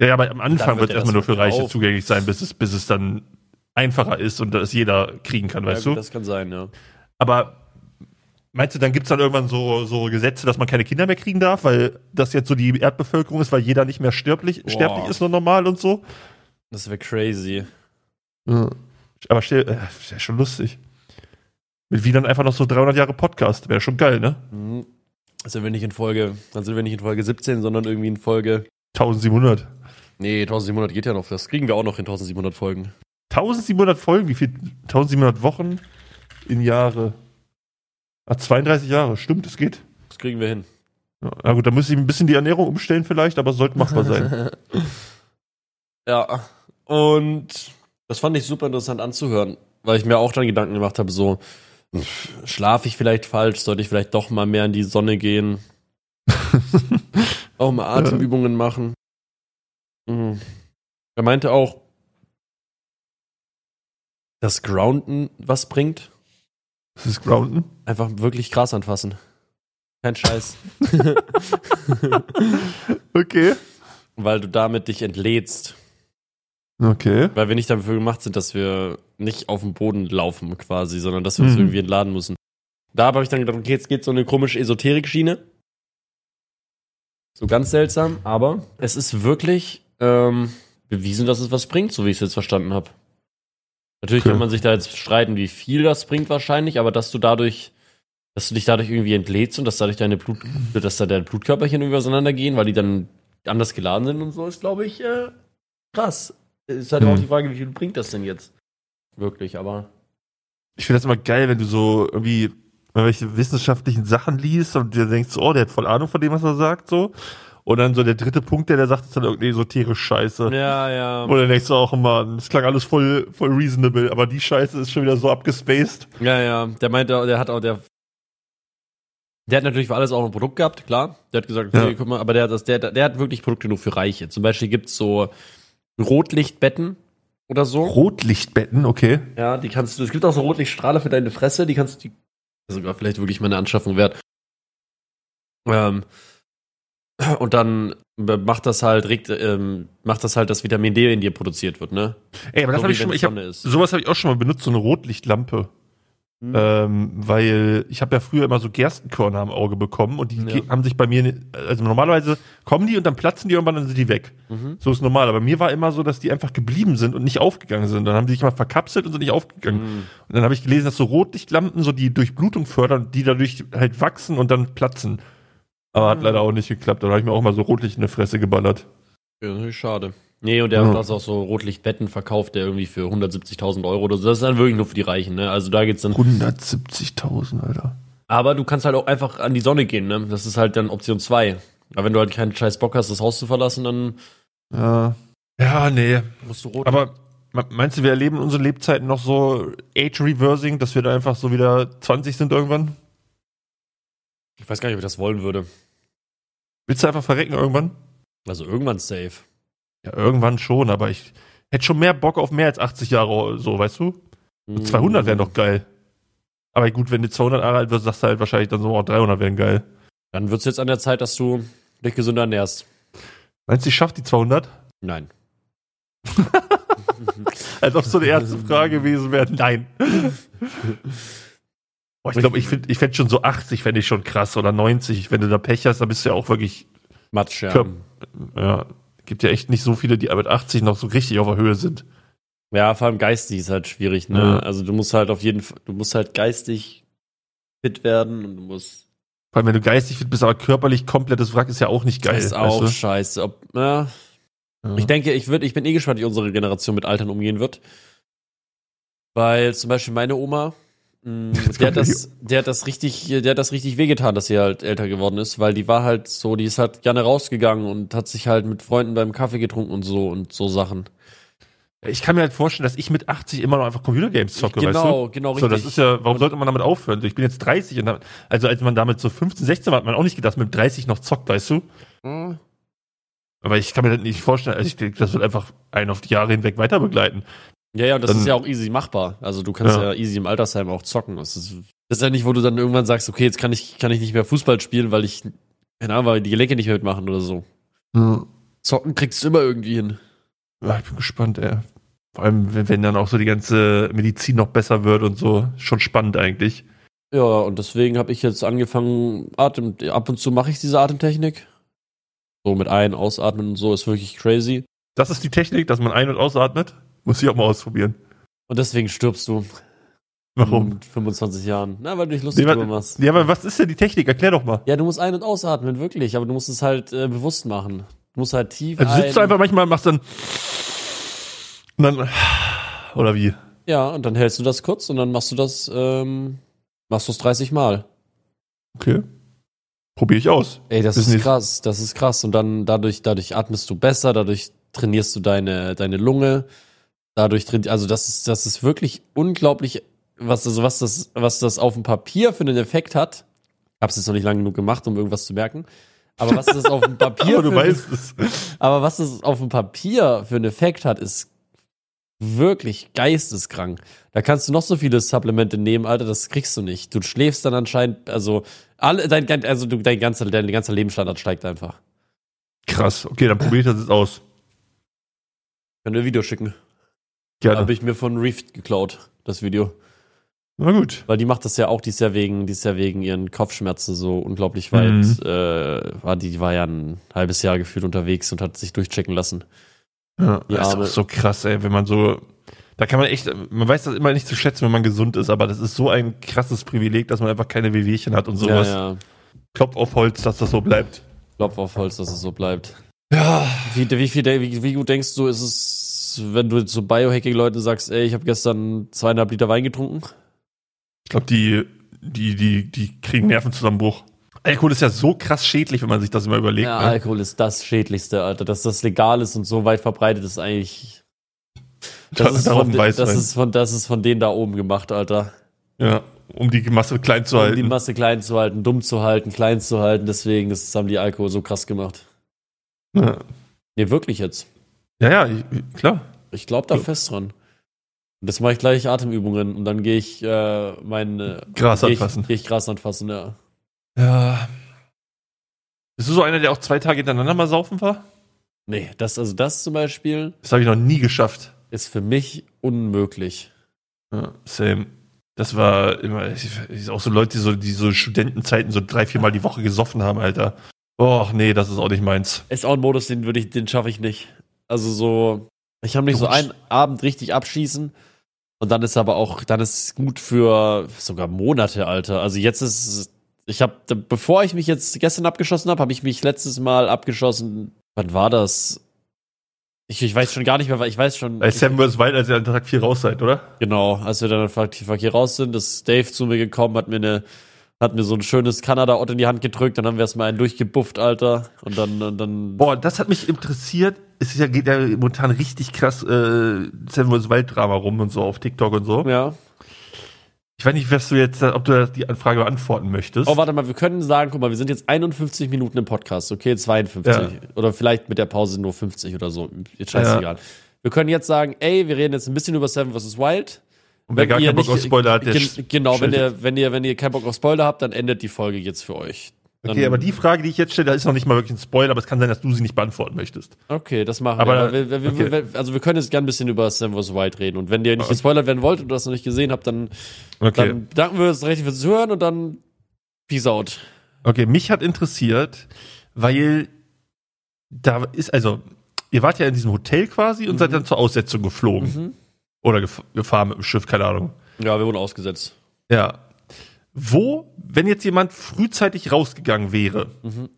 S2: Ja, ja, aber am Anfang
S1: Dann
S2: wird
S1: wird
S2: es
S1: ja
S2: erstmal
S1: das
S2: nur für Reiche
S1: verkauft.
S2: zugänglich sein, bis es, bis es dann einfacher ist und das jeder kriegen kann, weißt
S1: ja,
S2: du?
S1: gut, Das kann sein, ja.
S2: Aber meinst du, dann gibt es dann irgendwann so, so Gesetze, dass man keine Kinder mehr kriegen darf, weil das jetzt so die Erdbevölkerung ist, weil jeder nicht mehr sterblich,
S1: Boah.
S2: sterblich ist, nur normal und so?
S1: Das wäre crazy.
S2: Aber stell, äh, wäre schon lustig. Mit wie dann einfach noch so 300 Jahre Podcast, wäre schon geil, ne?
S1: Mhm. Dann Sind wir nicht in Folge, dann sind wir nicht in Folge 17, sondern irgendwie in Folge.
S2: 1700.
S1: Nee, 1700 geht ja noch. Das kriegen wir auch noch in 1700 Folgen.
S2: 1700 Folgen, wie viel? 1700 Wochen in Jahre. Ah, 32 Jahre, stimmt, es geht.
S1: Das kriegen wir hin.
S2: Ja, Na gut, da müsste ich ein bisschen die Ernährung umstellen vielleicht, aber es sollte machbar sein.
S1: Ja, und das fand ich super interessant anzuhören, weil ich mir auch dann Gedanken gemacht habe, so schlafe ich vielleicht falsch, sollte ich vielleicht doch mal mehr in die Sonne gehen, auch mal Atemübungen machen. Mhm. Er meinte auch, dass Grounden was bringt,
S2: Das ist Grounden.
S1: einfach wirklich Gras anfassen. Kein Scheiß,
S2: Okay.
S1: weil du damit dich entlädst.
S2: Okay.
S1: Weil wir nicht dafür gemacht sind, dass wir nicht auf dem Boden laufen quasi, sondern dass wir uns
S2: Mhm.
S1: irgendwie entladen müssen. Da habe ich dann gedacht, okay, jetzt geht so eine komische Esoterik-Schiene. So ganz seltsam, aber es ist wirklich ähm, bewiesen, dass es was bringt, so wie ich es jetzt verstanden habe. Natürlich
S2: Okay.
S1: kann man sich da jetzt streiten, wie viel das bringt wahrscheinlich, aber dass du dadurch, dass du dich dadurch irgendwie entlädst und dass dadurch deine Blut, dass da deine Blutkörperchen irgendwie auseinandergehen, weil die dann anders geladen sind und so, ist glaube ich äh, krass. Ist halt
S2: Hm.
S1: auch die Frage, wie viel bringt das denn jetzt? Wirklich, aber.
S2: Ich finde das immer geil, wenn du so irgendwie irgendwelche wissenschaftlichen Sachen liest und dir denkst, oh, der hat voll Ahnung von dem, was er sagt, so. Und dann so der dritte Punkt, der der sagt, ist dann irgendeine esoterische Scheiße.
S1: Ja, ja.
S2: Und dann denkst du auch immer, das klang alles voll, voll reasonable, aber die Scheiße ist schon wieder so abgespaced.
S1: Ja, ja, der meinte, auch- der hat auch, der, der hat natürlich für alles auch ein Produkt gehabt, klar. Der hat gesagt, okay,
S2: Ja.
S1: guck mal, aber der hat das, der, der hat wirklich Produkte nur für Reiche. Zum Beispiel gibt's so Rotlichtbetten oder so.
S2: Rotlichtbetten, okay.
S1: Ja, die kannst du, es gibt auch so Rotlichtstrahler für deine Fresse, die kannst du, die, sogar vielleicht wirklich mal eine Anschaffung wert. Ähm, und dann macht das halt, regt, ähm, macht das halt, dass Vitamin D in dir produziert wird, ne?
S2: Ey, aber das
S1: So
S2: habe
S1: wie
S2: ich schon
S1: wenn
S2: mal, ich hab,
S1: Sonne ist. Hm.
S2: sowas habe ich auch schon mal benutzt, so eine Rotlichtlampe. Ähm, weil ich habe ja früher immer so Gerstenkörner am Auge bekommen und die
S1: Ja.
S2: ge- haben sich bei mir, ne- also normalerweise kommen die und dann platzen die irgendwann und dann sind die weg.
S1: Mhm.
S2: So ist normal. Aber mir war immer so, dass die einfach geblieben sind und nicht aufgegangen sind. Dann haben die sich mal verkapselt und sind nicht aufgegangen.
S1: Hm.
S2: Und dann habe ich gelesen, dass so Rotlichtlampen so die Durchblutung fördern, die dadurch halt wachsen und dann platzen. Aber
S1: Hm.
S2: hat leider auch nicht geklappt. Dann habe ich mir auch mal so Rotlicht in die Fresse geballert.
S1: Ja, natürlich schade. Nee, und der
S2: Ja.
S1: hat das auch so Rotlichtbetten verkauft, der irgendwie für 170.000 Euro oder so. Das ist dann wirklich nur für die Reichen, ne? Also da geht's dann.
S2: 170.000, Alter.
S1: Aber du kannst halt auch einfach an die Sonne gehen, ne? Das ist halt dann Option 2. Aber wenn du halt keinen scheiß Bock hast, das Haus zu verlassen, dann
S2: Ja. Ja, nee.
S1: musst du rot.
S2: Aber me- meinst du, wir erleben in unseren Lebzeiten noch so Age-Reversing, dass wir da einfach so wieder 20 sind irgendwann?
S1: ich weiß gar nicht, ob ich das wollen würde.
S2: Willst du einfach verrecken irgendwann?
S1: Also irgendwann safe.
S2: Ja, irgendwann schon, aber ich hätte schon mehr Bock auf mehr als 80 Jahre, so, weißt du? So
S1: Mhm.
S2: 200 wären doch geil. Aber gut, wenn du 200 Jahre alt wirst, sagst du halt wahrscheinlich dann so, oh, 300 wären geil.
S1: Dann wird's jetzt an der Zeit, dass du dich gesünder ernährst.
S2: Meinst du, ich schaff die 200?
S1: Nein.
S2: Als ob so eine erste Frage gewesen wäre. Nein. Boah, ich glaube, ich finde ich fänd schon so 80 fände ich schon krass oder 90. Wenn du da Pech hast, dann bist du ja auch wirklich
S1: Matsch, ja.
S2: Körper- Ja, gibt ja echt nicht so viele, die mit 80 noch so richtig auf der Höhe sind.
S1: Ja, vor allem geistig ist halt schwierig, ne?
S2: Ja.
S1: Also du musst halt auf jeden Fall, du musst halt geistig fit werden und du musst.
S2: Vor allem, wenn du geistig fit bist, aber körperlich komplettes Wrack ist ja auch nicht geil.
S1: das ist auch
S2: weißt
S1: scheiße. Ob, ja.
S2: du?
S1: Ich denke, ich, würd, ich bin eh gespannt, wie unsere Generation mit Altern umgehen wird. Weil zum Beispiel meine Oma, mh,
S2: Jetzt
S1: der, hat
S2: kommt die-
S1: das, der, hat das richtig, der hat das richtig wehgetan, dass sie halt älter geworden ist, weil die war halt so, die ist halt gerne rausgegangen und hat sich halt mit Freunden beim Kaffee getrunken und so und so Sachen.
S2: ich kann mir halt vorstellen, dass ich mit 80 immer noch einfach Computergames zocke,
S1: genau,
S2: weißt du?
S1: genau,
S2: So,
S1: richtig.
S2: das ist ja, warum sollte man damit aufhören? So, Ich bin jetzt 30 und dann, also als man damit so 15, 16 war, hat man auch nicht gedacht, mit 30 noch zockt, weißt du?
S1: Hm.
S2: Aber ich kann mir das nicht vorstellen, also ich denke, das wird einfach einen auf die Jahre hinweg weiter begleiten.
S1: Ja, ja, und das
S2: Dann-
S1: ist ja auch easy machbar. Also du kannst ja,
S2: Ja.
S1: easy im Altersheim auch zocken. Das ist, das ist ja nicht, wo du dann irgendwann sagst, okay, jetzt kann ich, kann ich nicht mehr Fußball spielen, weil ich, keine Ahnung, weil die Gelenke nicht mehr mitmachen oder so. Hm. Zocken kriegst du immer irgendwie hin.
S2: Ja, ich bin gespannt, ey. Vor allem, wenn, wenn dann auch so die ganze Medizin noch besser wird und so. Schon spannend eigentlich.
S1: Ja, und deswegen habe ich jetzt angefangen, Atem, ab und zu mache ich diese Atemtechnik. So mit ein, ausatmen und so, ist wirklich crazy.
S2: Das ist die Technik, dass man ein- und ausatmet. Muss ich auch mal ausprobieren.
S1: Und deswegen stirbst du
S2: Warum?
S1: mit 25 Jahren. Na, weil du dich lustig
S2: Nee, wa-
S1: drüber machst.
S2: Ja, aber was ist denn die Technik? Erklär doch mal.
S1: Ja, du musst ein- und ausatmen, wirklich, aber du musst es halt äh, bewusst machen. Du musst halt tief
S2: Also sitzt du
S1: ein-
S2: einfach manchmal und machst dann. Und dann. Oder wie?
S1: Ja, und dann hältst du das kurz und dann machst du das, ähm, machst du es 30 Mal.
S2: Okay. Probiere ich aus.
S1: Ey, das
S2: Ist
S1: ist
S2: nicht-
S1: krass, das ist krass. Und dann dadurch, dadurch atmest du besser, dadurch trainierst du deine, deine Lunge, dadurch trainierst, also das ist, das ist wirklich unglaublich, was, also was das, was das auf dem Papier für einen Effekt hat. Hab's jetzt noch nicht lange genug gemacht, um irgendwas zu merken. Aber was das auf dem Papier
S2: Aber du
S1: für-
S2: weißt es.
S1: aber was das auf dem Papier für einen Effekt hat, ist wirklich geisteskrank. Da kannst du noch so viele Supplemente nehmen, Alter, das kriegst du nicht. Du schläfst dann anscheinend, also alle, dein, gan- also du, dein ganzer, dein ganzer Lebensstandard steigt einfach.
S2: Krass. Okay, dann probiere ich das jetzt aus.
S1: Können wir ein Video schicken.
S2: Gerne.
S1: Habe ich mir von Reef geklaut, das Video.
S2: Na gut.
S1: Weil die macht das ja auch, die ist ja wegen, die ist ja wegen ihren Kopfschmerzen so unglaublich weit,
S2: Mhm.
S1: äh, war die, die war ja ein halbes Jahr gefühlt unterwegs und hat sich durchchecken lassen.
S2: Ja,
S1: Ja,
S2: das ist
S1: aber-
S2: auch so krass, ey, wenn man so. Da kann man echt, man weiß das immer nicht zu schätzen, wenn man gesund ist, aber das ist so ein krasses Privileg, dass man einfach keine Wehwehchen hat und sowas.
S1: Ja, ja.
S2: Klopf auf Holz, dass das so bleibt.
S1: Klopf auf Holz, dass es so bleibt.
S2: Ja,
S1: Wie, wie, viel, wie, wie gut denkst du, ist es, wenn du zu Biohacking-Leuten sagst, ey, ich habe gestern zweieinhalb Liter Wein getrunken?
S2: Ich glaube, die, die, die, die kriegen Nervenzusammenbruch. Alkohol ist ja so krass schädlich, wenn man sich das immer überlegt.
S1: Ja,
S2: ne?
S1: Alkohol ist das Schädlichste, Alter. Dass das legal ist und so weit verbreitet ist eigentlich. Das, ist,
S2: Darum
S1: von, de-
S2: weiß
S1: das,
S2: man.
S1: ist, von, das ist von denen da oben gemacht, Alter.
S2: ja, um die Masse klein zu
S1: Um
S2: halten.
S1: die Masse klein zu halten, dumm zu halten, klein zu halten. Deswegen das haben die Alkohol so krass gemacht.
S2: ja,
S1: Nee, wirklich jetzt.
S2: ja, ja ich, klar.
S1: Ich glaube da
S2: Ja.
S1: fest dran. Und jetzt mache ich gleich Atemübungen und dann gehe ich äh, meine.
S2: Gras
S1: geh ich-
S2: anfassen.
S1: Geh ich Gras anfassen, ja.
S2: Ja. Bist du so einer, der auch zwei Tage hintereinander mal saufen war?
S1: Nee, das, also das zum Beispiel
S2: Das habe ich noch nie geschafft.
S1: ist für mich unmöglich.
S2: Ja, same. Das war immer, ich, ich, auch so Leute, die so, die so Studentenzeiten so drei, viermal die Woche gesoffen haben, Alter. Och, nee, das ist auch nicht meins.
S1: Ist auch ein Modus, den würde ich, den schaffe ich nicht. Also so, ich habe mich so
S2: Gut.
S1: einen Abend richtig abschießen und dann ist aber auch, dann ist gut für sogar Monate, Alter. Also jetzt ist, ich habe, bevor ich mich jetzt gestern abgeschossen habe, habe ich mich letztes Mal abgeschossen. Wann war das? Ich, ich weiß schon gar nicht mehr, weil ich weiß schon.
S2: Bei Sam vs. Wild, als ihr an Tag 4 raus seid, oder?
S1: Genau, als wir dann aktiv hier raus sind, ist Dave zu mir gekommen, hat mir eine, hat mir so ein schönes Kanada-Ort in die Hand gedrückt, dann haben wir erstmal einen durchgebufft, Alter. Und dann, und dann.
S2: Boah, das hat mich interessiert. Es ist ja, geht ja momentan richtig krass äh, Sam vs. Wild Drama rum und so auf TikTok und so.
S1: Ja.
S2: Ich weiß nicht, was du jetzt, ob du die Anfrage beantworten möchtest.
S1: Oh, warte mal, wir können sagen, guck mal, wir sind jetzt 51 Minuten im Podcast, okay? 52.
S2: Ja.
S1: Oder vielleicht mit der Pause nur 50 oder so. Jetzt
S2: Ja.
S1: scheißegal. Wir können jetzt sagen, ey, wir reden jetzt ein bisschen über Seven vs. Wild.
S2: Und wer gar keinen Bock auf Spoiler hat, der
S1: gen
S2: sch-
S1: genau, wenn
S2: schaltet.
S1: ihr, wenn ihr, wenn ihr keinen Bock auf Spoiler habt, dann endet die Folge jetzt für euch. Dann,
S2: Okay, aber die Frage, die ich jetzt stelle, da ist noch nicht mal wirklich ein Spoiler, aber es kann sein, dass du sie nicht beantworten möchtest.
S1: Okay, das machen
S2: Aber-
S1: wir. wir, wir, wir,
S2: okay.
S1: wir. Also wir können jetzt gern ein bisschen über Sam vs. Wild reden. Und wenn ihr nicht gespoilert werden wollt und das noch nicht gesehen habt, dann,
S2: Okay.
S1: dann danken wir uns richtig fürs Zuhören und dann Peace out.
S2: Okay, mich hat interessiert, weil da ist, also, ihr wart ja in diesem Hotel quasi und
S1: Mhm.
S2: seid dann zur Aussetzung geflogen. Oder gef gefahren mit dem Schiff, keine Ahnung.
S1: Ja, wir wurden ausgesetzt.
S2: Ja. Wo, wenn jetzt jemand frühzeitig rausgegangen wäre,
S1: Mhm.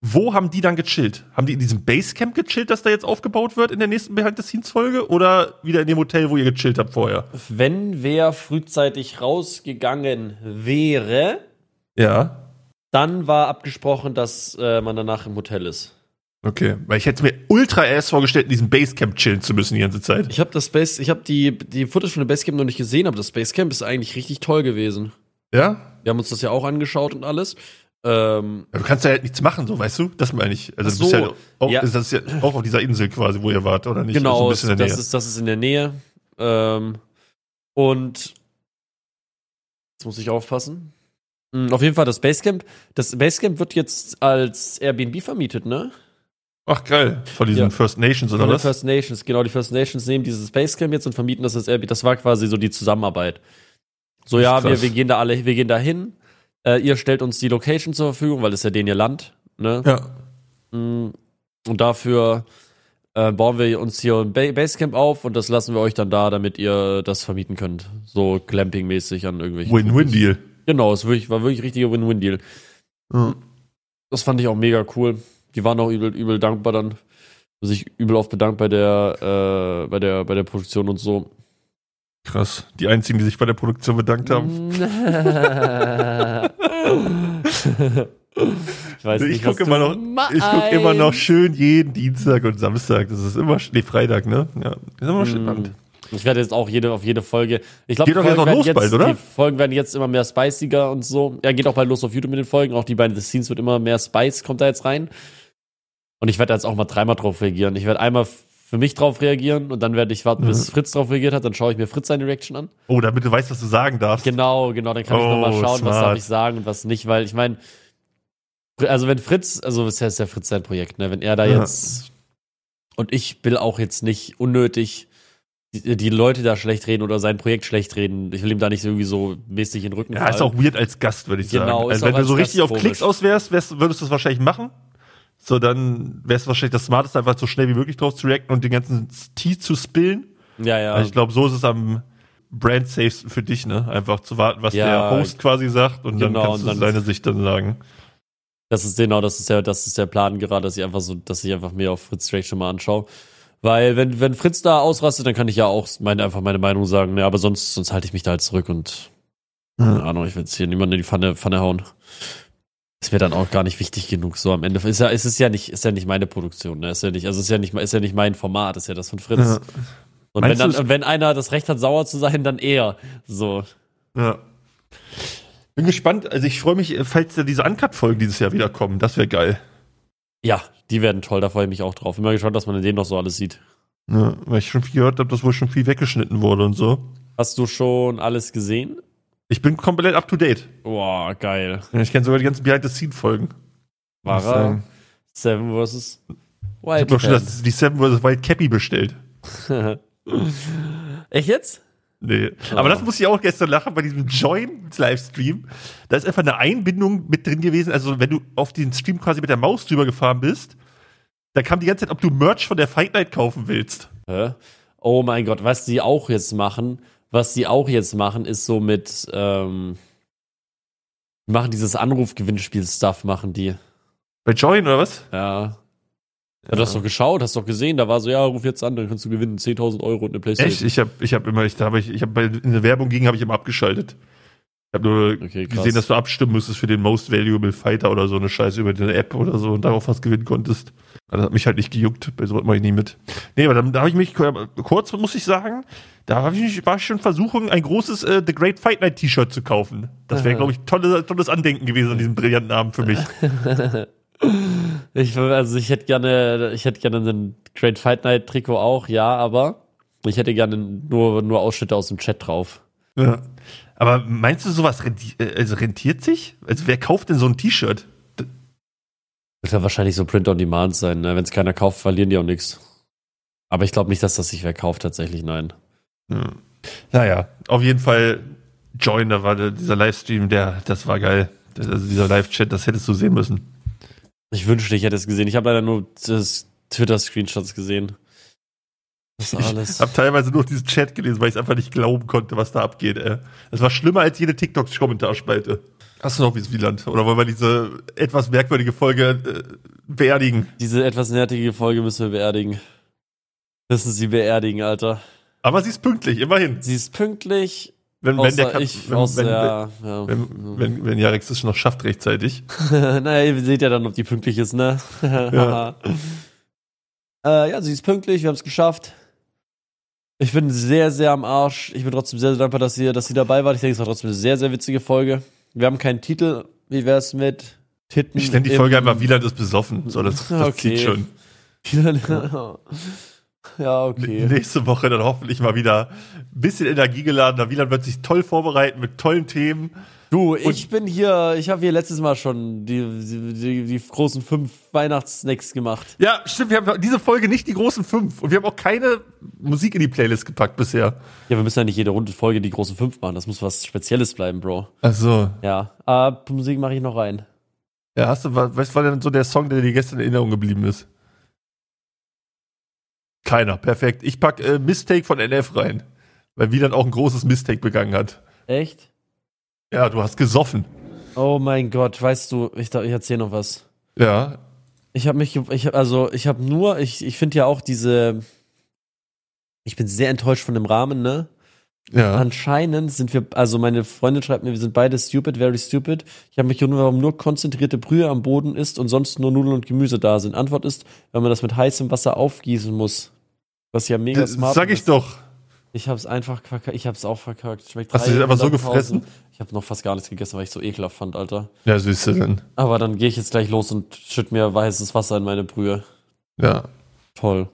S2: wo haben die dann gechillt? Haben die in diesem Basecamp gechillt, das da jetzt aufgebaut wird in der nächsten Behind-the-Scenes-Folge? Oder wieder in dem Hotel, wo ihr gechillt habt vorher?
S1: Wenn wer frühzeitig rausgegangen wäre,
S2: Ja.
S1: dann war abgesprochen, dass äh, man danach im Hotel ist.
S2: Okay, weil ich hätte mir ultra ass vorgestellt, in diesem Basecamp chillen zu müssen die ganze Zeit.
S1: Ich habe das Space, ich habe die die Footage von dem Basecamp noch nicht gesehen, aber das Basecamp ist eigentlich richtig toll gewesen.
S2: Ja?
S1: Wir haben uns das ja auch angeschaut und alles. Ähm,
S2: ja du kannst ja halt nichts machen, so, weißt du? Das meine ich. Also,
S1: Ach so.
S2: du bist ja auch,
S1: Ja.
S2: Das ist ja auch auf dieser Insel quasi, wo ihr wart, oder nicht?
S1: Genau,
S2: Also ein bisschen in der
S1: das,
S2: Nähe.
S1: ist, das ist in der Nähe. Ähm, und jetzt muss ich aufpassen. Hm, Auf jeden Fall das Basecamp. Das Basecamp wird jetzt als Airbnb vermietet, ne?
S2: Ach, geil. Von diesen
S1: Ja.
S2: First Nations oder
S1: Von den
S2: was?
S1: First Nations, genau. Die First Nations nehmen dieses Basecamp jetzt und vermieten das als Airbnb. Das war quasi so die Zusammenarbeit. So,
S2: Das ist
S1: ja, wir,
S2: krass.
S1: wir gehen da alle, wir gehen da hin. Äh, ihr stellt uns die Location zur Verfügung, weil das ist ja denen ihr Land, ne?
S2: Ja.
S1: Mm, Und dafür äh, bauen wir uns hier ein ba Basecamp auf und das lassen wir euch dann da, damit ihr das vermieten könnt. So Glamping-mäßig an irgendwelchen.
S2: Win-Win-Deal.
S1: Genau, es wirklich, war wirklich ein richtiger Win-Win-Deal. Das fand ich auch mega cool. Die waren auch übel, übel dankbar dann. Haben Sich übel oft bedankt bei der, äh, bei der, bei der Produktion und so.
S2: Krass. Die einzigen, die sich bei der Produktion bedankt
S1: Mhm.
S2: haben.
S1: ich weiß
S2: Also Ich
S1: was
S2: gucke
S1: du
S2: immer noch, ich guck immer noch schön jeden Dienstag und Samstag. Das ist immer, sch- nee, Freitag, ne? Ja. Das ist immer schön.
S1: Mm. Ich werde jetzt auch jede, auf jede Folge. Ich glaube,
S2: Geht doch jetzt auch los bald, oder?
S1: die Folgen werden jetzt immer mehr spiciger und so. Ja, geht auch bald los auf YouTube mit den Folgen. Auch die beiden The Scenes wird immer mehr Spice, kommt da jetzt rein. Und ich werde da jetzt auch mal dreimal drauf reagieren. Ich werde einmal f- für mich drauf reagieren und dann werde ich
S2: Mhm.
S1: warten, bis Fritz drauf reagiert hat. Dann schaue ich mir Fritz seine Reaction an.
S2: Oh, damit du weißt, was du sagen darfst.
S1: Genau, genau. Dann kann ich
S2: Oh,
S1: nochmal schauen, was
S2: smart.
S1: darf ich sagen und was nicht, weil ich meine, also wenn Fritz, also das ist ja Fritz sein Projekt, ne? Wenn er da
S2: Ja.
S1: jetzt und ich will auch jetzt nicht unnötig die, die Leute da schlecht reden oder sein Projekt schlecht reden. Ich will ihm da nicht irgendwie so mäßig in den Rücken
S2: Ja, ist auch weird als Gast, würde ich
S1: Genau,
S2: sagen.
S1: ist
S2: Also, wenn
S1: auch
S2: du so
S1: als
S2: richtig
S1: Gast
S2: auf Klicks
S1: komisch.
S2: aus wärst, wärst, würdest du es wahrscheinlich machen. So, dann wäre es wahrscheinlich das Smarteste, einfach so schnell wie möglich drauf zu reacten und den ganzen Tee zu spillen.
S1: Ja, ja.
S2: Also ich glaube, so ist es am brand safesten für dich, ne? Einfach zu warten, was
S1: Ja.
S2: der Host quasi sagt und
S1: Genau,
S2: dann kannst
S1: und
S2: du
S1: dann-
S2: seine Sicht dann sagen.
S1: Das ist genau, das ist der, das ist der Plan gerade, dass ich einfach so, dass ich einfach mir auf Fritz Reaction mal anschaue. Weil wenn, wenn Fritz da ausrastet, dann kann ich ja auch meine, einfach meine Meinung sagen. Ne, aber sonst, sonst halte ich mich da halt zurück und keine Ahnung, ich will jetzt hier niemanden in die Pfanne, Pfanne hauen. Ist mir dann auch gar nicht wichtig genug. So am Ende ist ja, ist es ist ja nicht, ist ja nicht meine Produktion, ne? Ist ja nicht, also ist ja nicht, ist ja nicht mein Format, ist ja das von Fritz.
S2: Ja.
S1: Und wenn
S2: Meinst
S1: dann,
S2: du, es-
S1: und wenn einer das Recht hat, sauer zu sein, dann er. So.
S2: Ja. Bin gespannt. Also ich freue mich, falls da diese Uncut-Folgen dieses Jahr wieder kommen. Das wäre geil.
S1: Ja, die werden toll, da freue ich mich auch drauf. Bin mal gespannt, was man in denen noch so alles sieht.
S2: Ja, ne? weil ich schon viel gehört habe, dass wohl schon viel weggeschnitten wurde und so.
S1: Hast du schon alles gesehen?
S2: Ich bin komplett up to date.
S1: Boah, geil.
S2: Ich kenne sogar die ganzen Behind-the-Scene-Folgen.
S1: War
S2: Muss ich sagen.
S1: er Seven vs.
S2: Ich
S1: Wild.
S2: hab doch schon
S1: Fan.
S2: das, die Seven vs. Wild Cappy bestellt.
S1: Echt jetzt?
S2: Nee. Aber das musste ich auch gestern lachen bei diesem Join-Livestream. Da ist einfach eine Einbindung mit drin gewesen. Also, wenn du auf den Stream quasi mit der Maus drüber gefahren bist, da kam die ganze Zeit, ob du Merch von der Fight Night kaufen willst.
S1: Hä? Oh mein Gott, was die auch jetzt machen, was die auch jetzt machen, ist so mit, ähm, die machen dieses Anrufgewinnspiel-Stuff, machen die.
S2: Bei Join oder was?
S1: Ja. Du hast doch geschaut, hast doch gesehen, da war so, ja, ruf jetzt an, dann kannst du gewinnen, 10.000 Euro und eine Playstation.
S2: Echt? Ich habe ich hab immer, ich, da hab ich, ich hab bei, in der Werbung gegen habe ich immer abgeschaltet. Ich habe nur
S1: Okay, krass.
S2: gesehen, dass du abstimmen müsstest für den Most Valuable Fighter oder so eine Scheiße über deine App oder so und darauf was gewinnen konntest. Aber Das hat mich halt nicht gejuckt, bei sowas mache ich nie mit. Nee, aber dann, da habe ich mich, kurz muss ich sagen, da hab ich mich, war ich schon Versuchung, ein großes äh, The Great Fight Night T-Shirt zu kaufen. Das wäre, glaube ich, tolle, tolles Andenken gewesen an diesem brillanten Abend für mich.
S1: Ich, also ich hätte gerne, ich hätte gerne einen Great Fight Night Trikot auch, ja, aber ich hätte gerne nur, nur Ausschnitte aus dem Chat drauf.
S2: Ja. Aber meinst du, sowas renti äh, also rentiert sich? Also wer kauft denn so ein T-Shirt? D-
S1: Wird ja wahrscheinlich so Print on Demand sein, ne? Wenn es keiner kauft, verlieren die auch nichts. Aber ich glaube nicht, dass das sich wer kauft, tatsächlich, nein.
S2: Hm. Naja, auf jeden Fall Join, da war der, dieser Livestream, der, das war geil. Das, also dieser Live-Chat, das hättest du sehen müssen.
S1: Ich wünschte, ich hätte es gesehen. Ich habe leider nur das Twitter-Screenshots gesehen. Das ist
S2: Ich
S1: alles.
S2: habe teilweise nur diesen Chat gelesen, weil ich es einfach nicht glauben konnte, was da abgeht. Ey. Das war schlimmer als jede TikTok-Kommentarspalte. Hast du noch wie Wieland? Oder wollen wir diese etwas merkwürdige Folge äh, beerdigen?
S1: Diese etwas nervige Folge müssen wir beerdigen. Müssen sie beerdigen, Alter.
S2: Aber sie ist pünktlich, immerhin.
S1: Sie ist pünktlich.
S2: Wenn,
S1: Außer
S2: wenn der Kap-
S1: ich,
S2: wenn,
S1: außer,
S2: wenn,
S1: ja, ja.
S2: wenn, wenn, wenn Jarex es noch schafft rechtzeitig.
S1: naja, ihr seht ja dann, ob die pünktlich ist, ne?
S2: Ja.
S1: äh, ja, sie ist pünktlich, wir haben es geschafft. Ich bin sehr, sehr am Arsch. Ich bin trotzdem sehr, sehr dankbar, dass ihr, dass sie dabei wart. Ich denke, es war trotzdem eine sehr, sehr witzige Folge. Wir haben keinen Titel. Wie wär's mit Titten?
S2: Ich nenne die
S1: im-
S2: Folge einfach Wieland ist besoffen. So, das, das
S1: Okay.
S2: zieht schon.
S1: ja, okay.
S2: Nächste Woche dann hoffentlich mal wieder ein bisschen Energie geladen. Wieland wird sich toll vorbereiten mit tollen Themen.
S1: Du, ich bin hier, ich habe hier letztes Mal schon die, die, die, die großen fünf Weihnachtssnacks gemacht.
S2: Ja, stimmt, wir haben diese Folge nicht die großen fünf. Und wir haben auch keine Musik in die Playlist gepackt bisher.
S1: Ja, wir müssen ja nicht jede Runde Folge die großen fünf machen. Das muss was Spezielles bleiben, Bro.
S2: Ach so.
S1: Ja, äh, Musik mache ich noch rein.
S2: Ja, hast du, wa- was war denn so der Song, der dir gestern in Erinnerung geblieben ist? Keiner, perfekt. Ich pack äh, Mistake von NF rein. Weil Wieland auch ein großes Mistake begangen hat.
S1: Echt?
S2: Ja, du hast gesoffen.
S1: Oh mein Gott, weißt du, ich, da- ich erzähle noch was.
S2: Ja.
S1: Ich habe mich, ge- ich hab, also ich habe nur, ich, ich finde ja auch diese, ich bin sehr enttäuscht von dem Rahmen, ne?
S2: Ja.
S1: Anscheinend sind wir, also meine Freundin schreibt mir, wir sind beide stupid, very stupid. Ich habe mich gewundert, warum nur konzentrierte Brühe am Boden ist und sonst nur Nudeln und Gemüse da sind. Antwort ist, wenn man das mit heißem Wasser aufgießen muss. Was ja mega
S2: Das
S1: smart
S2: Äh, sag ich
S1: ist.
S2: doch.
S1: Ich hab's einfach verkackt. Ich hab's auch verkackt. Schmeckt
S2: Hast du
S1: drei
S2: das einfach so
S1: hunderttausend.
S2: gefressen?
S1: Ich hab noch fast gar nichts gegessen, weil ich so ekelhaft fand, Alter.
S2: Ja, süße dann.
S1: Aber dann gehe ich jetzt gleich los und schütt mir weißes Wasser in meine Brühe.
S2: Ja.
S1: Toll.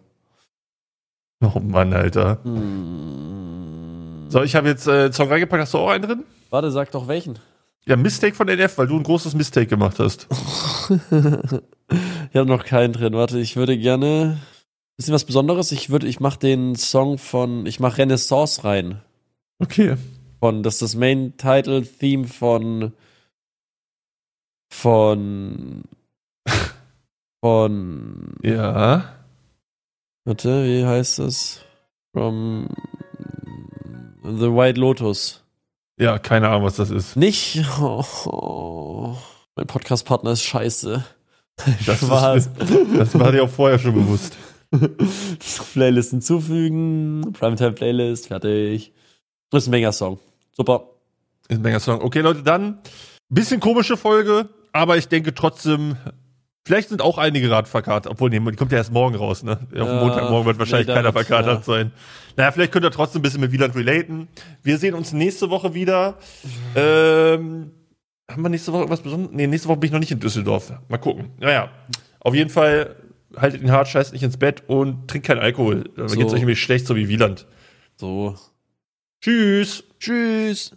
S2: Oh Mann, Alter.
S1: Hm.
S2: So, ich habe jetzt äh, Song reingepackt. Hast du auch einen drin?
S1: Warte, sag doch welchen.
S2: Ja, Mistake von NF, weil du ein großes Mistake gemacht hast.
S1: Ich habe noch keinen drin. Warte, ich würde gerne. Bisschen was Besonderes. Ich würde, ich mach den Song von, ich mach Renaissance rein.
S2: Okay.
S1: Von, das ist das Main Title Theme von von von
S2: Ja.
S1: Warte, wie heißt das? From The White Lotus.
S2: Ja, keine Ahnung, was das ist.
S1: Nicht. Oh, oh. Mein Podcast-Partner ist scheiße.
S2: Das, ist,
S1: Spaß.
S2: das war dir auch vorher schon bewusst.
S1: Playlist hinzufügen. Primetime Playlist, fertig. Das ist ein Mega-Song. Super.
S2: Ist ein länger Song. Okay, Leute, dann. Bisschen komische Folge, aber ich denke trotzdem, vielleicht sind auch einige Radverkatert. Obwohl, nee, die kommt ja erst morgen raus, ne? Auf
S1: Ja,
S2: dem Montagmorgen wird wahrscheinlich
S1: nee,
S2: keiner
S1: damit,
S2: verkatert
S1: ja.
S2: sein. Naja, vielleicht könnt ihr trotzdem ein bisschen mit Wieland relaten. Wir sehen uns nächste Woche wieder. Ähm, haben wir nächste Woche irgendwas Besonderes? Nee, nächste Woche bin ich noch nicht in Düsseldorf. Mal gucken. Naja, auf jeden Fall haltet den Hart, scheißt nicht ins Bett und trinkt keinen Alkohol. Dann
S1: So.
S2: geht's euch nämlich schlecht, so wie Wieland.
S1: So.
S2: Tschüss.
S1: Tschüss.